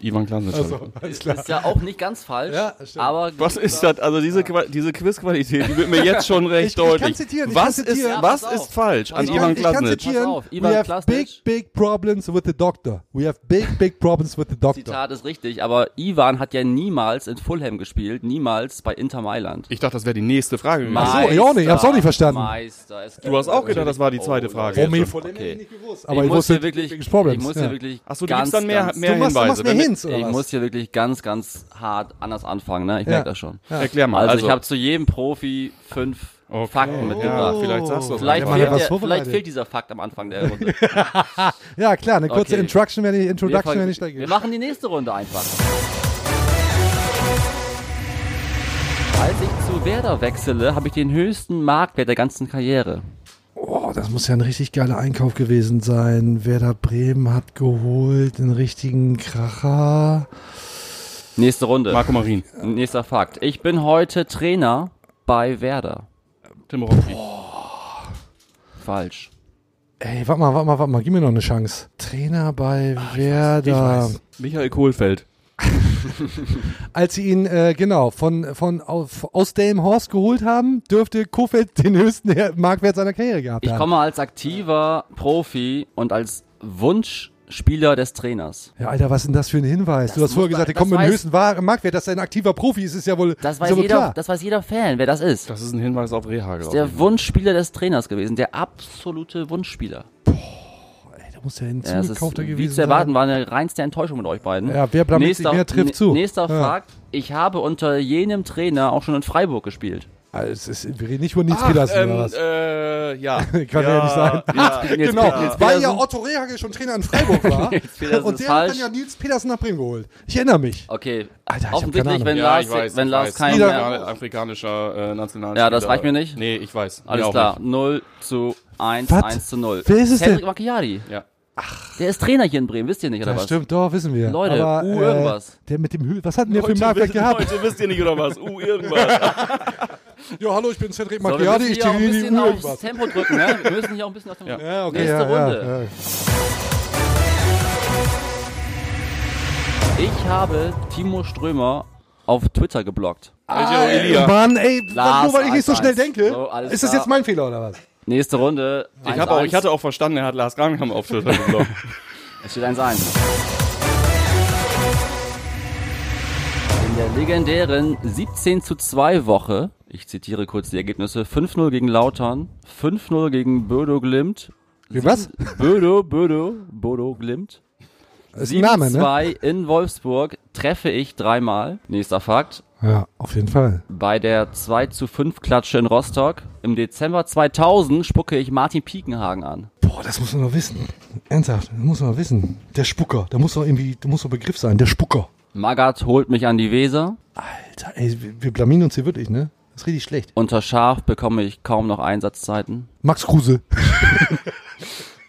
D: Ivan Klasic.
A: Also, Alles klar.
J: Ist ja auch nicht ganz falsch.
A: Ja, stimmt.
J: Aber
D: Was ist das? Also diese, Qua- diese Quizqualität, die wird mir jetzt schon recht
A: Ich- ich
D: deutlich.
A: kann zitieren, ich
D: was
A: kann zitieren.
D: ist, was
J: Ja, pass auf.
D: ist falsch an
J: Pass auf.
D: Ivan
A: ich kann
D: Klasnitz?
A: zitieren.
J: Pass auf, Ivan
A: We have
J: Klasnitz.
A: big, big problems with the doctor. We have big, big problems with the doctor.
J: Zitat ist richtig, aber Ivan hat ja niemals in Fulham gespielt, niemals bei Inter Mailand.
D: Ich dachte, das wäre die nächste Frage. gewesen.
A: so, ich auch nicht, ich hab's auch nicht verstanden.
J: Meister, es gibt
D: Du hast auch gedacht, das war
J: Oh,
D: die zweite Frage. Also,
A: Vomet,
D: Jetzt.
A: von dem hätte
J: Okay.
A: ich nicht gewusst.
J: ich muss hier wirklich,
A: big
J: ich muss hier
A: ja.
J: wirklich
D: Ach so, du
J: ganz,
D: gibst dann mehr,
J: ganz,
D: mehr
A: Du machst- du
D: Hinweise.
A: machst mir
D: Wenn-
A: Hints, oder
J: ich
A: was?
J: muss hier wirklich ganz, ganz hart anders anfangen, ne? Ich merk das schon.
D: Erklär mal.
J: Also, ich habe zu jedem Profi fünf Fakten mitgebracht.
D: ja, vielleicht sagst du das
J: Vielleicht,
D: einfach.
A: Mann hat
J: fehlt
A: was
J: der, vielleicht
A: vorbereitet.
J: fehlt dieser Fakt am Anfang der Runde.
A: ja, klar, eine kurze
J: Okay.
A: Introduction wäre nicht,
J: Wir,
A: Introduction wäre
J: fangen-
A: nicht
J: wir
A: dagegen.
J: machen die nächste Runde einfach. Als ich zu Werder wechsele, habe ich den höchsten Marktwert der ganzen Karriere.
A: Oh, das muss ja ein richtig geiler Einkauf gewesen sein. Werder Bremen hat geholt, den richtigen Kracher.
J: Nächste Runde.
D: Marco Marin.
J: Nächster Fakt. Ich bin heute Trainer bei Werder.
D: Tim Rocky.
J: Oh, Falsch.
A: Ey, warte mal, warte mal, warte mal, gib mir noch eine Chance. Trainer bei
J: Ah,
A: Werder.
D: Michael Kohlfeld.
A: Als sie ihn, äh, genau, von, von auf, aus Delmenhorst geholt haben, dürfte Kofeld den höchsten Marktwert seiner Karriere gehabt
J: Ich
A: haben.
J: komme als aktiver Profi und als Wunschspieler des Trainers.
A: Ja, Alter, was ist denn das für ein Hinweis? du
J: Das
A: hast vorher
J: muss man-
A: gesagt, er kommt
J: das
A: mit dem
J: weiß-
A: höchsten Wa- Marktwert, dass er ein aktiver Profi ist, ist ja wohl,
J: Das
A: ist ja
J: weiß,
A: wohl
J: jeder,
A: klar.
J: das weiß jeder Fan, wer das ist.
D: Das ist ein Hinweis auf Rehagel.
J: Der Wunschspieler des Trainers gewesen. Der absolute Wunschspieler.
A: Ey, da muss ja ein
J: Ja, das ist,
A: zugekaufter
J: wie
A: gewesen
J: zu erwarten,
A: sein.
J: war eine reinste Enttäuschung mit euch beiden.
A: Ja, wer blamiert sich, wer trifft
J: n-
A: zu?
J: Nächster
A: Ja.
J: Fakt. Ich habe unter jenem Trainer auch schon in Freiburg gespielt.
A: Ah, es ist, wir reden nicht über Nils Petersen
J: ähm,
A: oder was.
D: Ähm, äh, ja.
A: Kann ja, nicht sein.
J: Nils- Nils-
A: Genau,
J: Nils
A: weil ja
J: Petersen.
A: Otto Rehagel schon Trainer in Freiburg war.
J: Petersen
A: und
J: ist
A: der hat dann
J: falsch. Oh,
A: ja Nils Petersen nach Bremen geholt. Ich erinnere mich.
J: Okay,
A: Alter, ich hab keine
J: offensichtlich, wenn
A: Ahnung.
J: Lars, wenn Lars keinen
A: Wieder-
J: mehr...
D: afrikanischer äh, Nationalspieler.
J: Ja, das reicht mir nicht.
D: Nee, ich weiß.
J: Alles
D: Mir auch
J: klar,
D: nicht.
J: 0 zu 1,
A: Was?
J: 1 zu 0.
A: Wer ist es
J: Cedric
A: denn?
J: Macchiari.
D: Ja.
J: Der ist Trainer hier in Bremen, wisst ihr nicht, oder
A: Ja,
J: was?
A: stimmt, doch, wissen wir.
J: Leute,
A: Aber,
J: uh,
A: äh,
J: irgendwas.
A: Der mit dem Hü was hatten wir für einen Marktwert gehabt?
D: Heute wisst ihr nicht, oder was? Uh, irgendwas.
A: Ja, hallo, ich bin Cedric
J: So, wir
A: Macchiati,
J: müssen
A: ich
J: hier auch
A: tippe
J: ein
A: die
J: bisschen
A: Uhr
J: aufs
A: irgendwas.
J: Tempo drücken, ne? Wir müssen hier auch ein bisschen auf den... Ja.
A: Ja, okay,
J: Nächste
A: ja, ja,
J: Runde.
A: ja.
J: Ich habe Timo Strömer auf Twitter geblockt.
A: Mann, ey,
J: Lars,
A: nur weil ich nicht so
J: eins,
A: schnell
J: eins.
A: denke,
J: So, alles
A: ist das
J: klar.
A: jetzt mein Fehler oder was?
J: Nächste Runde.
D: Ich, hab auch, ich hatte auch verstanden, er hat Lars Grangham auf Twitter geblockt.
J: Es steht 1-1. In der legendären 17 zu 2 Woche, ich zitiere kurz die Ergebnisse, 5-0 gegen Lautern, 5-0 gegen Bödo Glimt,
A: Wie, was?
J: Bödo, Bödo, Bodo Glimt,
A: Das ist ein Name, ne?
J: 7-2 in Wolfsburg, treffe ich dreimal. Nächster Fakt,
A: Ja, auf jeden Fall.
J: bei der 2 zu 5 Klatsche in Rostock, im Dezember 2000 spucke ich Martin Piekenhagen an.
A: Boah, das muss man doch wissen. Ernsthaft, das muss man doch wissen. Der Spucker, da muss doch irgendwie, da muss doch ein Begriff sein, der Spucker.
J: Magath holt mich an die Weser,
A: Alter, ey, wir wir blamieren uns hier wirklich, ne? Das ist richtig schlecht.
J: unter Schaf bekomme ich kaum noch Einsatzzeiten.
A: Max Kruse.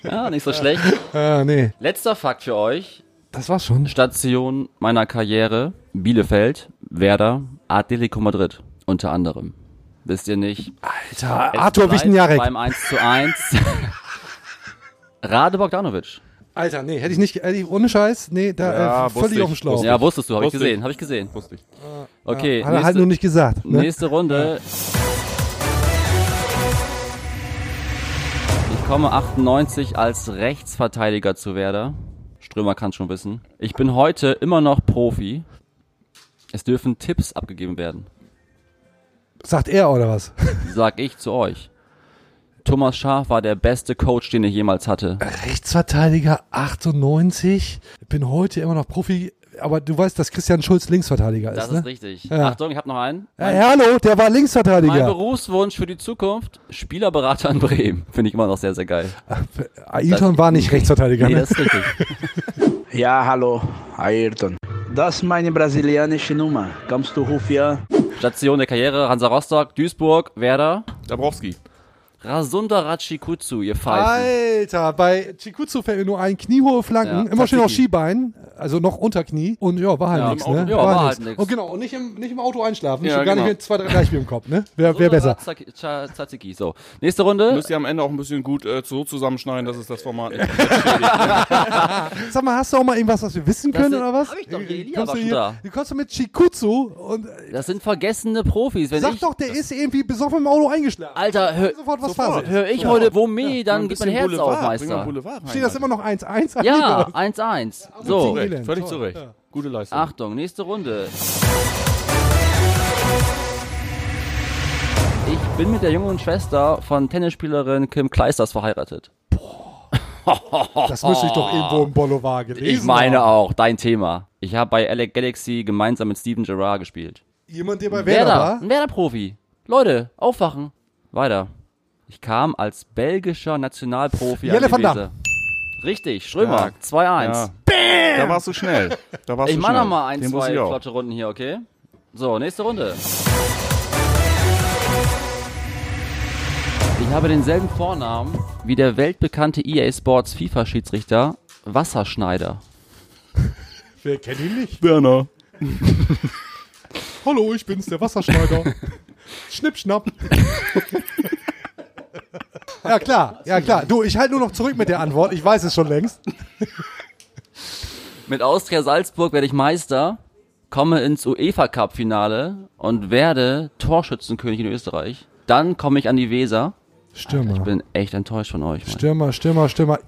J: Ja, nicht so schlecht.
A: Äh, nee.
J: Letzter Fakt für euch.
A: Das war's schon.
J: Station meiner Karriere. Bielefeld, Werder, Atletico Madrid. Unter anderem. Wisst ihr nicht?
A: Alter,
J: Es
A: Arthur
J: bleibt
A: Wichtenjarek.
J: Beim 1 zu 1. Rade Bogdanovic.
A: Alter, nee, hätte ich nicht, hätte ich, ohne Scheiß, nee, da äh,
D: Ja, wusste
A: völlig
D: ich,
A: auf dem Schlauch.
D: wusste
J: Ja, wusstest du, habe ich
D: Wusste ich.
J: gesehen, habe ich gesehen.
D: Wusste ich.
J: Okay,
A: Hat er halt nur
J: nächste,
A: nicht gesagt. Ne?
J: nächste Runde. Ich komme 98 als Rechtsverteidiger zu Werder. Strömer kann schon wissen. Ich bin heute immer noch Profi. Es dürfen Tipps abgegeben werden.
A: Sagt er oder was?
J: sag ich zu euch. Thomas Schaf war der beste Coach, den ich jemals hatte.
A: Rechtsverteidiger 98. Bin heute immer noch Profi, aber du weißt, dass Christian Schulz Linksverteidiger ist,
J: Das
A: ne?
J: ist richtig.
A: Ja.
J: Achtung, ich habe noch einen.
A: Ja, ja, hallo, der war
J: Mein
A: Linksverteidiger.
J: Berufswunsch für die Zukunft, Spielerberater in Bremen. Finde ich immer noch sehr, sehr geil.
A: Ailton war nicht Rechtsverteidiger.
J: Nee,
A: ne?
J: das ist richtig.
L: Ja, hallo, Ayrton. Das ist meine brasilianische Nummer. Kommst du rufen?
J: Station der Karriere, Hansa Rostock, Duisburg, Werder.
D: Dabrowski.
J: Rasunda Rachikutsu, ihr Pfeifen.
A: Alter, bei Chikutsu fällt mir nur ein kniehohe Flanken,
J: Ja,
A: immer schön auf
J: Tzatziki.
A: Skibein, also noch unter Knie und ja, war halt
J: Ja,
A: nichts,
J: im
A: ne?
J: Auto- ja, war halt
A: nix.
J: nix.
A: Und genau, und nicht im, nicht im Auto einschlafen,
D: Ja,
A: schon gar
D: genau.
A: nicht mit zwei, drei Gleichspiel im Kopf, ne? Wer, wer besser?
J: Rasunda Ratzaki- Tza- Tzatziki. So, nächste Runde.
D: Müsst ihr am Ende auch ein bisschen gut äh, so zusammenschneiden, dass es das Format ist.
A: Sag mal, hast du auch mal irgendwas, was wir wissen
J: Das
A: können
J: sind-
A: oder was?
J: hab ich doch, die Elia
A: Kommst
J: war
A: du
J: schon
A: hier,
J: da.
A: du kommst du mit Chikutsu und
J: Das sind vergessene Profis. Wenn
A: sag
J: ich,
A: doch, der ist irgendwie besoffen im Auto eingeschlafen.
J: Alter, hör,
A: sofort was
J: sofort,
A: Phase.
J: hör ich heute Womee, dann
D: Ein
J: gibt mein
D: bisschen
J: Herz
D: Boulevard,
J: auf,
D: bring mal
J: Meister.
D: Boulevard rein,
A: Steht das immer noch 1-1?
J: Ja, 1-1. So,
A: Elend.
D: Recht, völlig
A: Toll,
D: zu Recht.
A: ja.
D: Gute Leistung.
J: Achtung, nächste Runde. Ich bin mit der jungen Schwester von Tennisspielerin Kim Kleisters verheiratet.
A: Das müsste ich doch irgendwo im Bolivar gelesen
J: Ich meine
A: haben.
J: auch, dein Thema. Ich habe bei Alec Galaxy gemeinsam mit Steven Gerrard gespielt.
A: Jemand, der bei Werder
J: Werder,
A: war?
J: ein Werder-Profi. Leute, aufwachen. Weiter. Ich kam als belgischer Nationalprofi
A: Jelle
J: an
A: van
J: die
A: Dam.
J: Weser. Richtig, Strömer,
D: Ja.
J: 2-1.
D: Ja. Da warst du schnell. Da warst
J: Ich
D: du
J: mache
D: schnell.
J: nochmal ein,
D: Den wusste
J: zwei
D: ich auch.
J: flotte Runden hier, okay? So, nächste Runde. Ich habe denselben Vornamen wie der weltbekannte EA Sports FIFA-Schiedsrichter Wasserschneider.
A: Wer kennt ihn nicht?
D: Werner.
A: Hallo, ich bin's, der Wasserschneider. Schnipp, schnapp. ja, klar, ja, klar. Du, ich halte nur noch zurück mit der Antwort. Ich weiß es schon längst.
J: Mit Austria Salzburg werde ich Meister, komme ins UEFA Cup Finale und werde Torschützenkönig in Österreich. Dann komme ich an die Weser.
A: Stürmer.
J: Ich bin echt enttäuscht von euch. Mann.
A: Stürmer, Stürmer, Stürmer.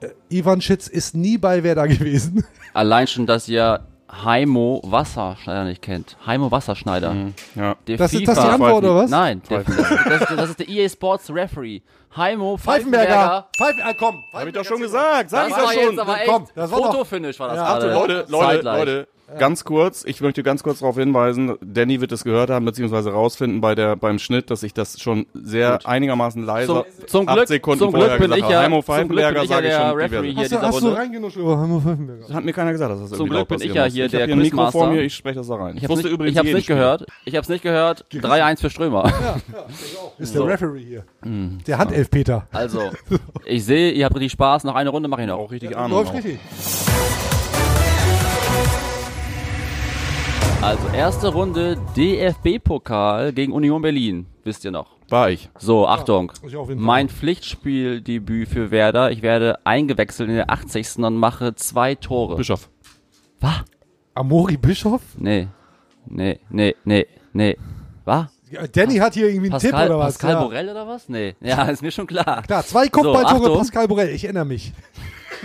A: Äh, Ivan Schitz ist nie bei Werder gewesen.
J: Allein schon, dass ihr Heimo Wasserschneider nicht kennt. Heimo Wasserschneider.
D: Mhm. Ja.
J: Der
A: Das ist- das ist die
J: FIFA
A: Antwort, oder was?
J: Nein, der, das, ist, das ist der EA Sports Referee. Heimo Pfeifenberger.
A: Pfeifenberger. Pfeifen, ah, komm.
D: Hab ich doch schon gesagt.
J: Das
D: Sag ich
J: war
D: doch schon.
J: jetzt aber echt
A: komm, das war doch-
J: Fotofinish war das
A: Ja.
J: gerade.
D: Leute, Leute,
J: Zeitgleich.
D: Leute. Ganz kurz, ich möchte ganz kurz darauf hinweisen, Danny wird es gehört haben, beziehungsweise rausfinden bei der, beim Schnitt, dass ich das schon sehr einigermaßen leise
J: Zum, zum
D: acht
J: Glück,
D: Sekunden
J: zum Glück
D: vorher
J: bin
D: gesagt
J: ich
D: habe.
J: ja,
D: Heimo
J: zum Glück bin
D: Pfeifenberger
J: ich ja
D: sage ich schon.
J: der
D: diverse.
J: Referee hier
A: Hast du,
J: dieser
A: hast du
J: Runde.
A: reingenuschelt über Heimo Pfeifenberger?
D: Das hat mir keiner gesagt, dass das
J: Zum
D: irgendwie
J: Glück
D: laut
J: bin ich
D: passieren
J: ja
D: muss.
J: hier
D: ich
J: der
D: hab hier ein Mikro vor
J: Quizmaster.
D: mir, ich eh spreche das da rein.
J: Ich hab's nicht, ich hab's
D: jeden
J: nicht
D: Spieler.
J: gehört. Ich hab's nicht gehört. 3-1 für Strömer.
A: Ist der Referee hier.
J: Mhm.
A: Der hat Elfmeter.
J: Also, ich sehe, ihr habt richtig Spaß. Noch eine Runde mache ich noch.
A: Oh.
D: Auch richtig
A: Du
D: Ahnung.
A: läufst richtig.
J: Also, erste Runde DFB-Pokal gegen Union Berlin. Wisst ihr noch?
D: War ich.
J: So, Achtung.
A: ich auf jeden Fall.
J: mein Pflichtspieldebüt für Werder. Ich werde eingewechselt in der 80. und mache zwei Tore.
D: Bischof.
J: Was?
A: Amori Bischof?
J: Nee. Nee, nee, nee, nee. Was?
A: Ja, Danny hat hier irgendwie einen
J: Pascal,
A: Tipp oder was?
J: Pascal
A: ja.
J: Borell oder was? Nee. Ja, ist mir schon klar.
A: Klar, zwei Kopfballtore
J: Achtung.
A: Pascal Borell, ich erinnere mich.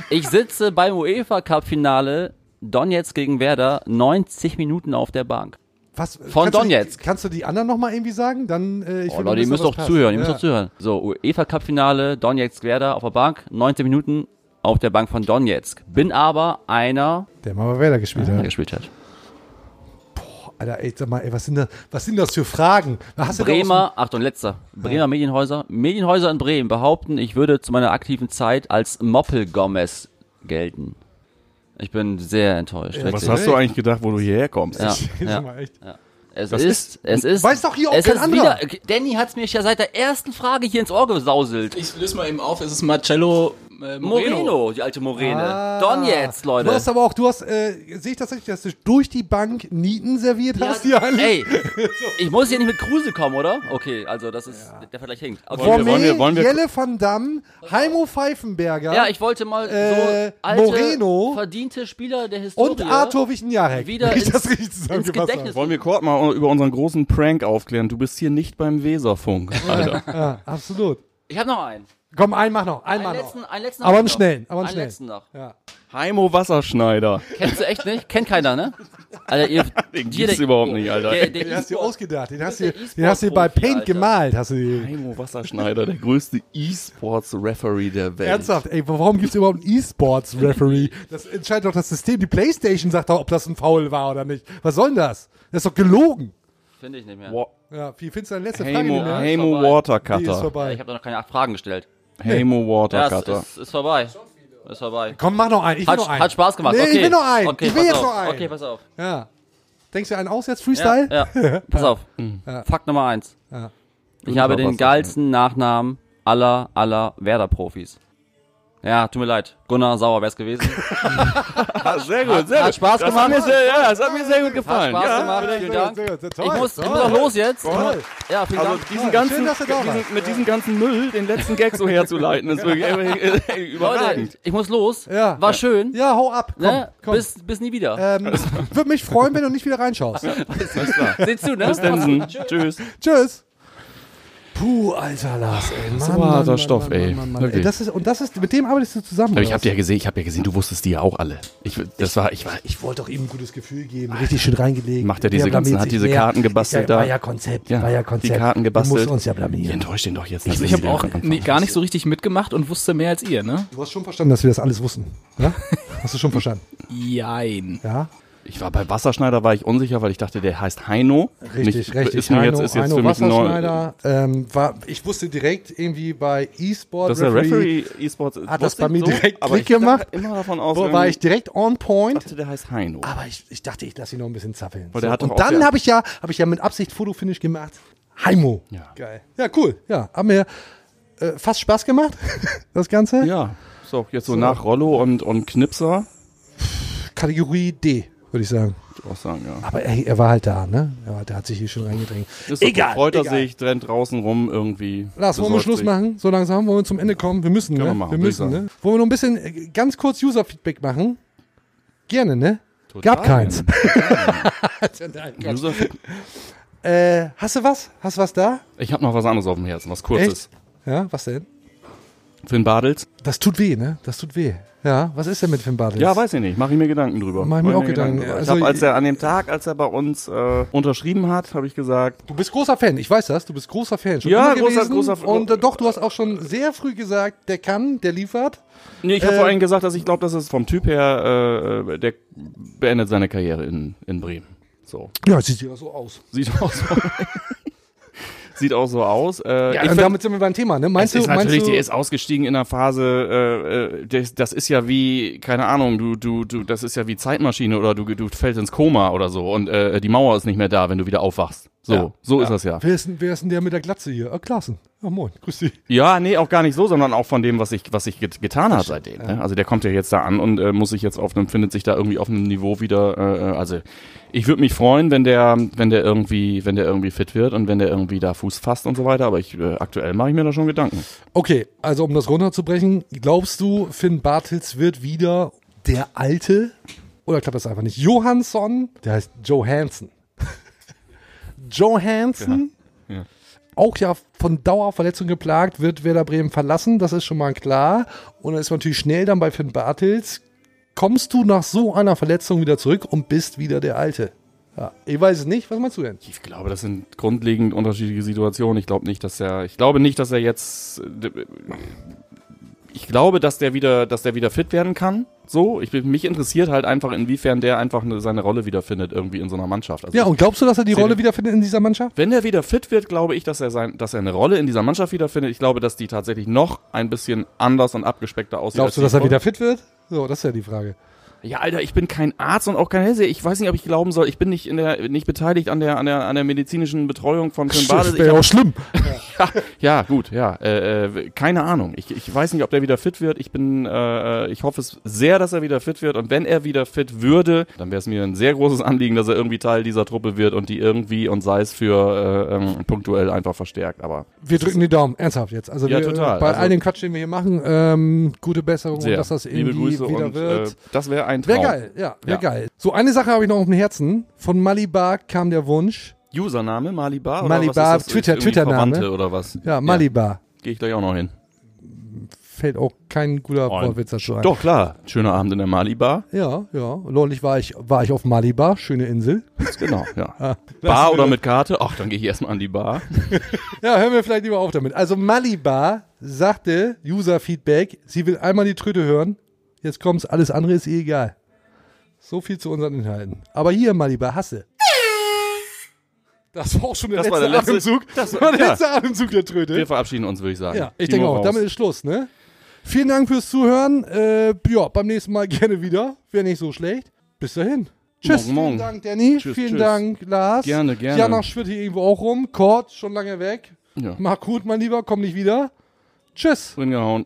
J: Ich sitze beim UEFA Cup Finale Donetsk gegen Werder 90 Minuten auf der Bank.
A: Was,
J: Von
A: kannst Du
J: Donetsk.
A: die, kannst du die anderen nochmal irgendwie sagen? Dann, äh, ich
J: Oh,
A: will
J: Leute, ihr
A: wissen,
J: müsst
A: was
J: doch
A: passt.
J: zuhören, ihr müsst
A: Ja.
J: doch zuhören. So, UEFA Cup Finale Donetsk Werder auf der Bank 90 Minuten auf der Bank von Donetsk. Bin aber einer,
A: Der mal bei Werder gespielt
J: der
A: hat.
J: gespielt hat.
A: Alter, ey, sag mal, ey, was sind das, was sind das für Fragen? Was Hast du da
J: Bremer, Achtung, letzter. Bremer Medienhäuser. Medienhäuser in Bremen behaupten, ich würde zu meiner aktiven Zeit als Moppel Gomez gelten. Ich bin sehr enttäuscht.
A: Ja,
D: Was
J: wirklich.
D: hast du eigentlich gedacht, wo du hierher kommst?
J: Ja,
A: aus dem-
J: ja.
A: Sag mal, echt.
J: Es
D: Das
J: ist, es ist.
A: Äh, Weiß doch hier auch
J: es
A: kein
J: ist
A: anderer.
J: Wieder, Danny hat's mir ja seit der ersten Frage hier ins Ohr gesauselt.
C: Ich löse mal eben auf, es ist Marcello äh,
J: Moreno,
C: Moreno.
J: die alte Morene.
A: Ah.
J: Donetsk, Leute.
A: Du hast aber auch, du hast, äh, sehe ich das richtig, dass du durch die Bank Nieten serviert hast?
J: Ja,
A: Ja, alle.
J: Ey, ich muss hier nicht mit Kruse kommen, oder? Okay, also das ist der Vergleich hängt. Okay.
D: Wollen wir-
A: Vormel,
D: wollen wir-
A: Jelle van Damme, Heimo Pfeifenberger
J: ja, ich wollte mal
A: Äh,
J: so alte,
A: Moreno
J: verdiente Spieler der Historie
A: und Arthur Wichenjarek.
J: wieder
A: Wenn ich
J: ins,
A: das richtig
J: ins
A: zusammengefasst
J: Gedächtnis.
D: Wollen wir kurz mal über unseren großen Prank aufklären? Du bist hier nicht beim Weserfunk, Alter.
A: habe. Ja, absolut.
J: Ich habe noch einen.
A: Komm, einen mach noch, einen,
J: Einen
A: mach
J: letzten,
A: noch.
J: einen letzten
A: Aber
J: hab
A: einen
J: ich noch.
A: schnellen, aber einen
J: einen
A: schnellen.
J: letzten noch.
D: Heimo Wasserschneider.
J: Kennst du echt nicht? Kennt keiner, ne? Alter, ihr,
D: Den
J: dir
D: gibt's
J: der-
D: überhaupt nicht, Alter.
J: Der, der
A: Den hast du
J: E-Sport-
A: ausgedacht, den hast
J: der
A: du, den hast du bei
J: E-Sport-Profi,
A: Paint
J: Alter.
A: gemalt, hast du den.
D: Heimo Wasserschneider, der größte E-Sports-Referee der Welt.
A: Ernsthaft, ey, warum gibt's überhaupt einen E-Sports-Referee? Das entscheidet doch das System. Die Playstation sagt doch, ob das ein Foul war oder nicht. Was soll denn das? Das ist doch gelogen.
J: Finde ich nicht mehr.
D: Wa-
A: Ja, wie findest du deine letzte Frage?
D: Heimo,
A: nicht mehr?
D: Heimo
A: Die
J: vorbei.
A: ist
D: Watercutter.
J: Ja,
A: vorbei.
J: Ich habe doch noch keine acht Fragen gestellt.
D: Heimo
J: Ja,
D: Watercutter.
J: ist, ist, ist vorbei. Ist vorbei.
A: Komm, mach noch einen. Ich will
J: Hat,
A: noch einen.
J: hat Spaß gemacht.
A: Nee,
J: okay.
A: ich will noch einen.
J: Okay,
A: ich will
J: pass
A: jetzt
J: auf.
A: noch einen.
J: Okay, pass auf.
A: Ja. Denkst du einen aus jetzt,
J: Ja,
A: Freestyle?
J: ja. Pass auf. Fakt Nummer eins. Ich habe den geilsten Nachnamen aller, aller Werder-Profis. Ja, tut mir leid. Gunnar Sauer wär's gewesen.
D: Ah, sehr gut, sehr
J: Hat Spaß gemacht.
D: Das hat mir sehr, ja, das hat mir sehr gut
J: Hat
D: gefallen.
J: Spaß
D: Ja.
J: gemacht. Vielen
A: sehr
J: Dank.
A: gut, sehr gut. Sehr
J: ich,
A: toll,
J: muss, ich
A: toll.
J: muss auch los jetzt.
A: Toll.
J: Ja, vielen
D: Also
J: Dank.
D: diesen ganzen,
A: schön, dass ihr da
D: diesen,
A: wart.
D: mit diesem ganzen Müll den letzten Gag so herzuleiten, ist wirklich äh, äh, überragend.
J: Leute, ich muss los.
A: Ja.
J: War schön.
A: Ja, hau ab. Komm,
J: Ne?
A: komm.
J: Bis, bis nie wieder.
A: ähm, Würde mich freuen, wenn du nicht wieder reinschaust.
J: Seht zu, ne? Bis
D: Densen, tschüss.
A: Tschüss. Puh, alter Lars, ey. Mann,
D: war harter Stoff, ey.
A: ey
D: Wirklich.
A: das ist, und das ist, mit dem arbeitest du zusammen.
D: Aber
A: oder
D: ich habe
A: was?
D: ja gesehen, ich habe ja gesehen, du wusstest die ja auch alle. Ich, das war, ich war, ich,
A: Ich wollte auch ihm ein gutes Gefühl geben, richtig schön reingelegt.
D: Macht er diese
A: Der blamiert
D: ganzen- hat
A: sich
D: diese
A: mehr.
D: Karten gebastelt
A: ja, War
D: da?
A: ja Konzept,
D: äh, ja,
A: war ja Konzept.
D: die Karten
A: Du
D: gebastelt.
A: musst uns ja
D: Ihr
A: blamieren.
D: enttäuscht ihn doch jetzt.
C: Ich, ich habe auch ni- gar nicht so richtig mitgemacht und wusste mehr als ihr, ne?
A: Du hast schon verstanden, dass wir das alles wussten. Ja? Hast du schon verstanden?
C: Jein.
A: Ja?
D: Ich war bei Wasserschneider, war ich unsicher, weil ich dachte, der heißt Heino.
A: Richtig,
D: Mich-
A: richtig.
D: Ist mir jetzt, ist jetzt für mich neu.
A: Wasserschneider, ähm, war, ich wusste direkt irgendwie bei E-Sport
D: Dass der Referee E-Sports
A: Hat das
D: wusste
A: bei
D: ich
A: mir direkt
D: aber
A: Klick
D: ich dachte
A: gemacht?
D: Immer davon
A: wo
D: aus,
A: war ich Ah. direkt on point.
D: dachte, der heißt Heino.
A: Aber ich, ich dachte, ich lasse ihn noch ein bisschen zappeln.
D: Weil der hat doch
A: und
D: auch
A: dann
D: der-
A: habe ich ja, habe ich ja mit Absicht Fotofinish gemacht. Heimo.
D: Ja.
A: Geil. Ja, cool. Ja, haben wir Äh, fast Spaß gemacht, das Ganze.
D: Ja, so, jetzt so, nach Rollo und, und Knipser.
A: Kategorie D, würde ich sagen.
D: Ich auch sagen, ja.
A: Aber ey, er war halt da, ne? Er war, der hat sich hier schon reingedrängt.
D: Ist doch Freut er sich, rennt draußen rum irgendwie.
A: Lars, wollen wir
D: besäuft
A: Schluss
D: sich.
A: machen? So langsam wollen wir zum Ende kommen. Wir müssen, ne?
D: wir machen,
A: wir
D: würde ich
A: müssen,
D: sagen.
A: ne? Wollen wir noch ein bisschen äh, ganz kurz User-Feedback machen? Gerne, ne? Gab
D: Total.
A: keins.
D: User-
A: Äh, hast du was? Hast du was da?
D: Ich habe noch was anderes auf dem Herzen, was kurzes.
A: Ja, was denn?
D: Finn Badels?
A: Das tut weh, ne? Das tut weh. Ja, was ist denn mit Finn Bartels?
D: Ja, weiß ich nicht. Mache ich mir Gedanken drüber.
A: Mach ich mir auch Gedanken.
D: drüber.
A: Also
D: ich hab, als
A: ich-
D: er an dem Tag, als er bei uns äh, unterschrieben hat, habe ich gesagt,
A: Du bist großer Fan, ich weiß das. Du bist großer Fan. Schon
D: Ja,
A: immer
D: großer-
A: gewesen.
D: großer-
A: Und äh, doch, du hast auch schon sehr früh gesagt, der kann, der liefert.
D: Nee, ich habe
A: Äh,
D: vor allem gesagt, dass ich glaube, dass es vom Typ her, äh, der beendet seine Karriere in, in Bremen. So.
A: Ja, sieht ja so aus.
D: Sieht auch so, sieht auch so aus. Äh,
A: Ja,
D: ich
A: und
D: find-
A: damit sind wir beim Thema, ne? Meinst
D: es ist
A: du, meinst
D: natürlich,
A: du,
D: der ist ausgestiegen in einer Phase, äh, äh, das, das ist ja wie, keine Ahnung, du, du, du, das ist ja wie Zeitmaschine oder du, du fällst ins Koma oder so und äh, die Mauer ist nicht mehr da, wenn du wieder aufwachst. So, so ist das ja.
A: wer, ist, denn- wer ist denn der mit der Glatze hier? Ah, Klaassen. Ah, moin, grüß dich.
D: Ja, nee, auch gar nicht so, sondern auch von dem, was ich, was ich get getan habe seitdem. Ne? Also der kommt ja jetzt da an und äh, muss sich jetzt auf einem, findet sich da irgendwie auf einem Niveau wieder. Äh, äh, also ich würde mich freuen, wenn der, wenn der irgendwie, wenn der irgendwie fit wird und wenn der irgendwie da Fuß fasst und so weiter. Aber ich äh, aktuell mache ich mir da schon Gedanken.
A: Okay, also um das runterzubrechen, glaubst du, Finn Bartels wird wieder der Alte? Oder klappt das einfach nicht? Johansson, der heißt Johansson. Johansson, auch ja von Dauerverletzung geplagt, wird Werder Bremen verlassen, das ist schon mal klar. Und dann ist man natürlich schnell dann bei Finn Bartels. Kommst du nach so einer Verletzung wieder zurück und bist wieder der Alte? Ja, ich weiß es nicht, was meinst du denn?
D: Ich glaube, das sind grundlegend unterschiedliche Situationen. Ich glaube nicht, dass er, ich glaube nicht, dass er jetzt, äh, ich glaube, dass der wieder, dass der wieder fit werden kann. So, ich bin, mich interessiert halt einfach, inwiefern der einfach eine, seine Rolle wiederfindet irgendwie in so einer Mannschaft. Also
A: Ja, und glaubst du, dass er die
D: Sehe-
A: Rolle wiederfindet in dieser Mannschaft?
D: Wenn er wieder fit wird, glaube ich, dass er sein, dass er eine Rolle in dieser Mannschaft wiederfindet. Ich glaube, dass die tatsächlich noch ein bisschen anders und abgespeckter aussieht. als
A: Glaubst du,
D: die
A: dass er
D: vor-
A: wieder fit wird? So, das ist ja die Frage.
D: Ja, Alter, ich bin kein Arzt und auch kein Hellseher. Ich weiß nicht, ob ich glauben soll. Ich bin nicht in der, nicht beteiligt an der, an der, an der medizinischen Betreuung von Finn Bartels. Ich
A: wäre ja auch schlimm.
D: Ja, gut, ja. Äh, äh, keine Ahnung. Ich, ich weiß nicht, ob der wieder fit wird. Ich bin, äh, ich hoffe es sehr, dass er wieder fit wird. Und wenn er wieder fit würde, dann wäre es mir ein sehr großes Anliegen, dass er irgendwie Teil dieser Truppe wird und die irgendwie und sei es für äh, ähm, punktuell einfach verstärkt. Aber
A: Wir drücken die Daumen, ernsthaft jetzt. Also
D: Ja,
A: wir,
D: total.
A: bei
D: Also-
A: all dem Quatsch, den wir hier machen, ähm, gute Besserung,
D: sehr.
A: und dass das
D: liebe
A: irgendwie
D: Grüße
A: wieder
D: und
A: wird.
D: Äh, das wäre ein
A: wäre
D: Traum.
A: geil, ja, wäre
D: Ja.
A: geil. So, eine Sache habe ich noch auf dem Herzen. Von Malibar kam der Wunsch.
D: Username Malibar
A: Malibar,
D: oder was ist das?
A: Twitter-
D: Irgendwie
A: Twittername.
D: Verwandte oder was?
A: Ja, Malibar.
D: Gehe ich gleich auch noch hin.
A: Fällt auch kein guter
D: Moin.
A: Wortwitz dazu ein.
D: Doch klar, schöner Abend in der Malibar.
A: Ja, ja. Neulich war ich, war ich auf Malibar, schöne Insel.
D: Genau,
A: Ah.
D: ja. Bar oder mit Karte? Ach, dann gehe ich erstmal an die Bar.
A: Ja, hören wir vielleicht lieber auf damit. Also Malibar sagte, User-Feedback, sie will einmal die Tröte hören. Jetzt kommt's, alles andere ist ihr egal. So viel zu unseren Inhalten. Aber hier, Malibar, hasse. Das war auch schon der,
D: Das
A: letzte,
D: war der letzte-
A: Atemzug.
D: das
A: war,
D: war-
A: der
D: ja.
A: letzte Atemzug der Tröte.
D: Wir verabschieden uns, würde ich sagen.
A: Ja, ich
D: Timo
A: denke auch,
D: raus.
A: damit ist Schluss, ne? Vielen Dank fürs Zuhören. Äh, ja, beim nächsten Mal gerne wieder. Wäre nicht so schlecht. Bis dahin. Tschüss. Vielen
D: Morgen, morgen.
A: Dank, Danny.
D: Tschüss,
A: Vielen
D: tschüss.
A: Dank, Lars.
D: Gerne, gerne.
A: Jana schwirrt hier irgendwo auch rum. Kort, schon lange weg.
D: Ja.
A: Mach gut, mein Lieber. Komm nicht wieder. Tschüss.
D: drin gehauen.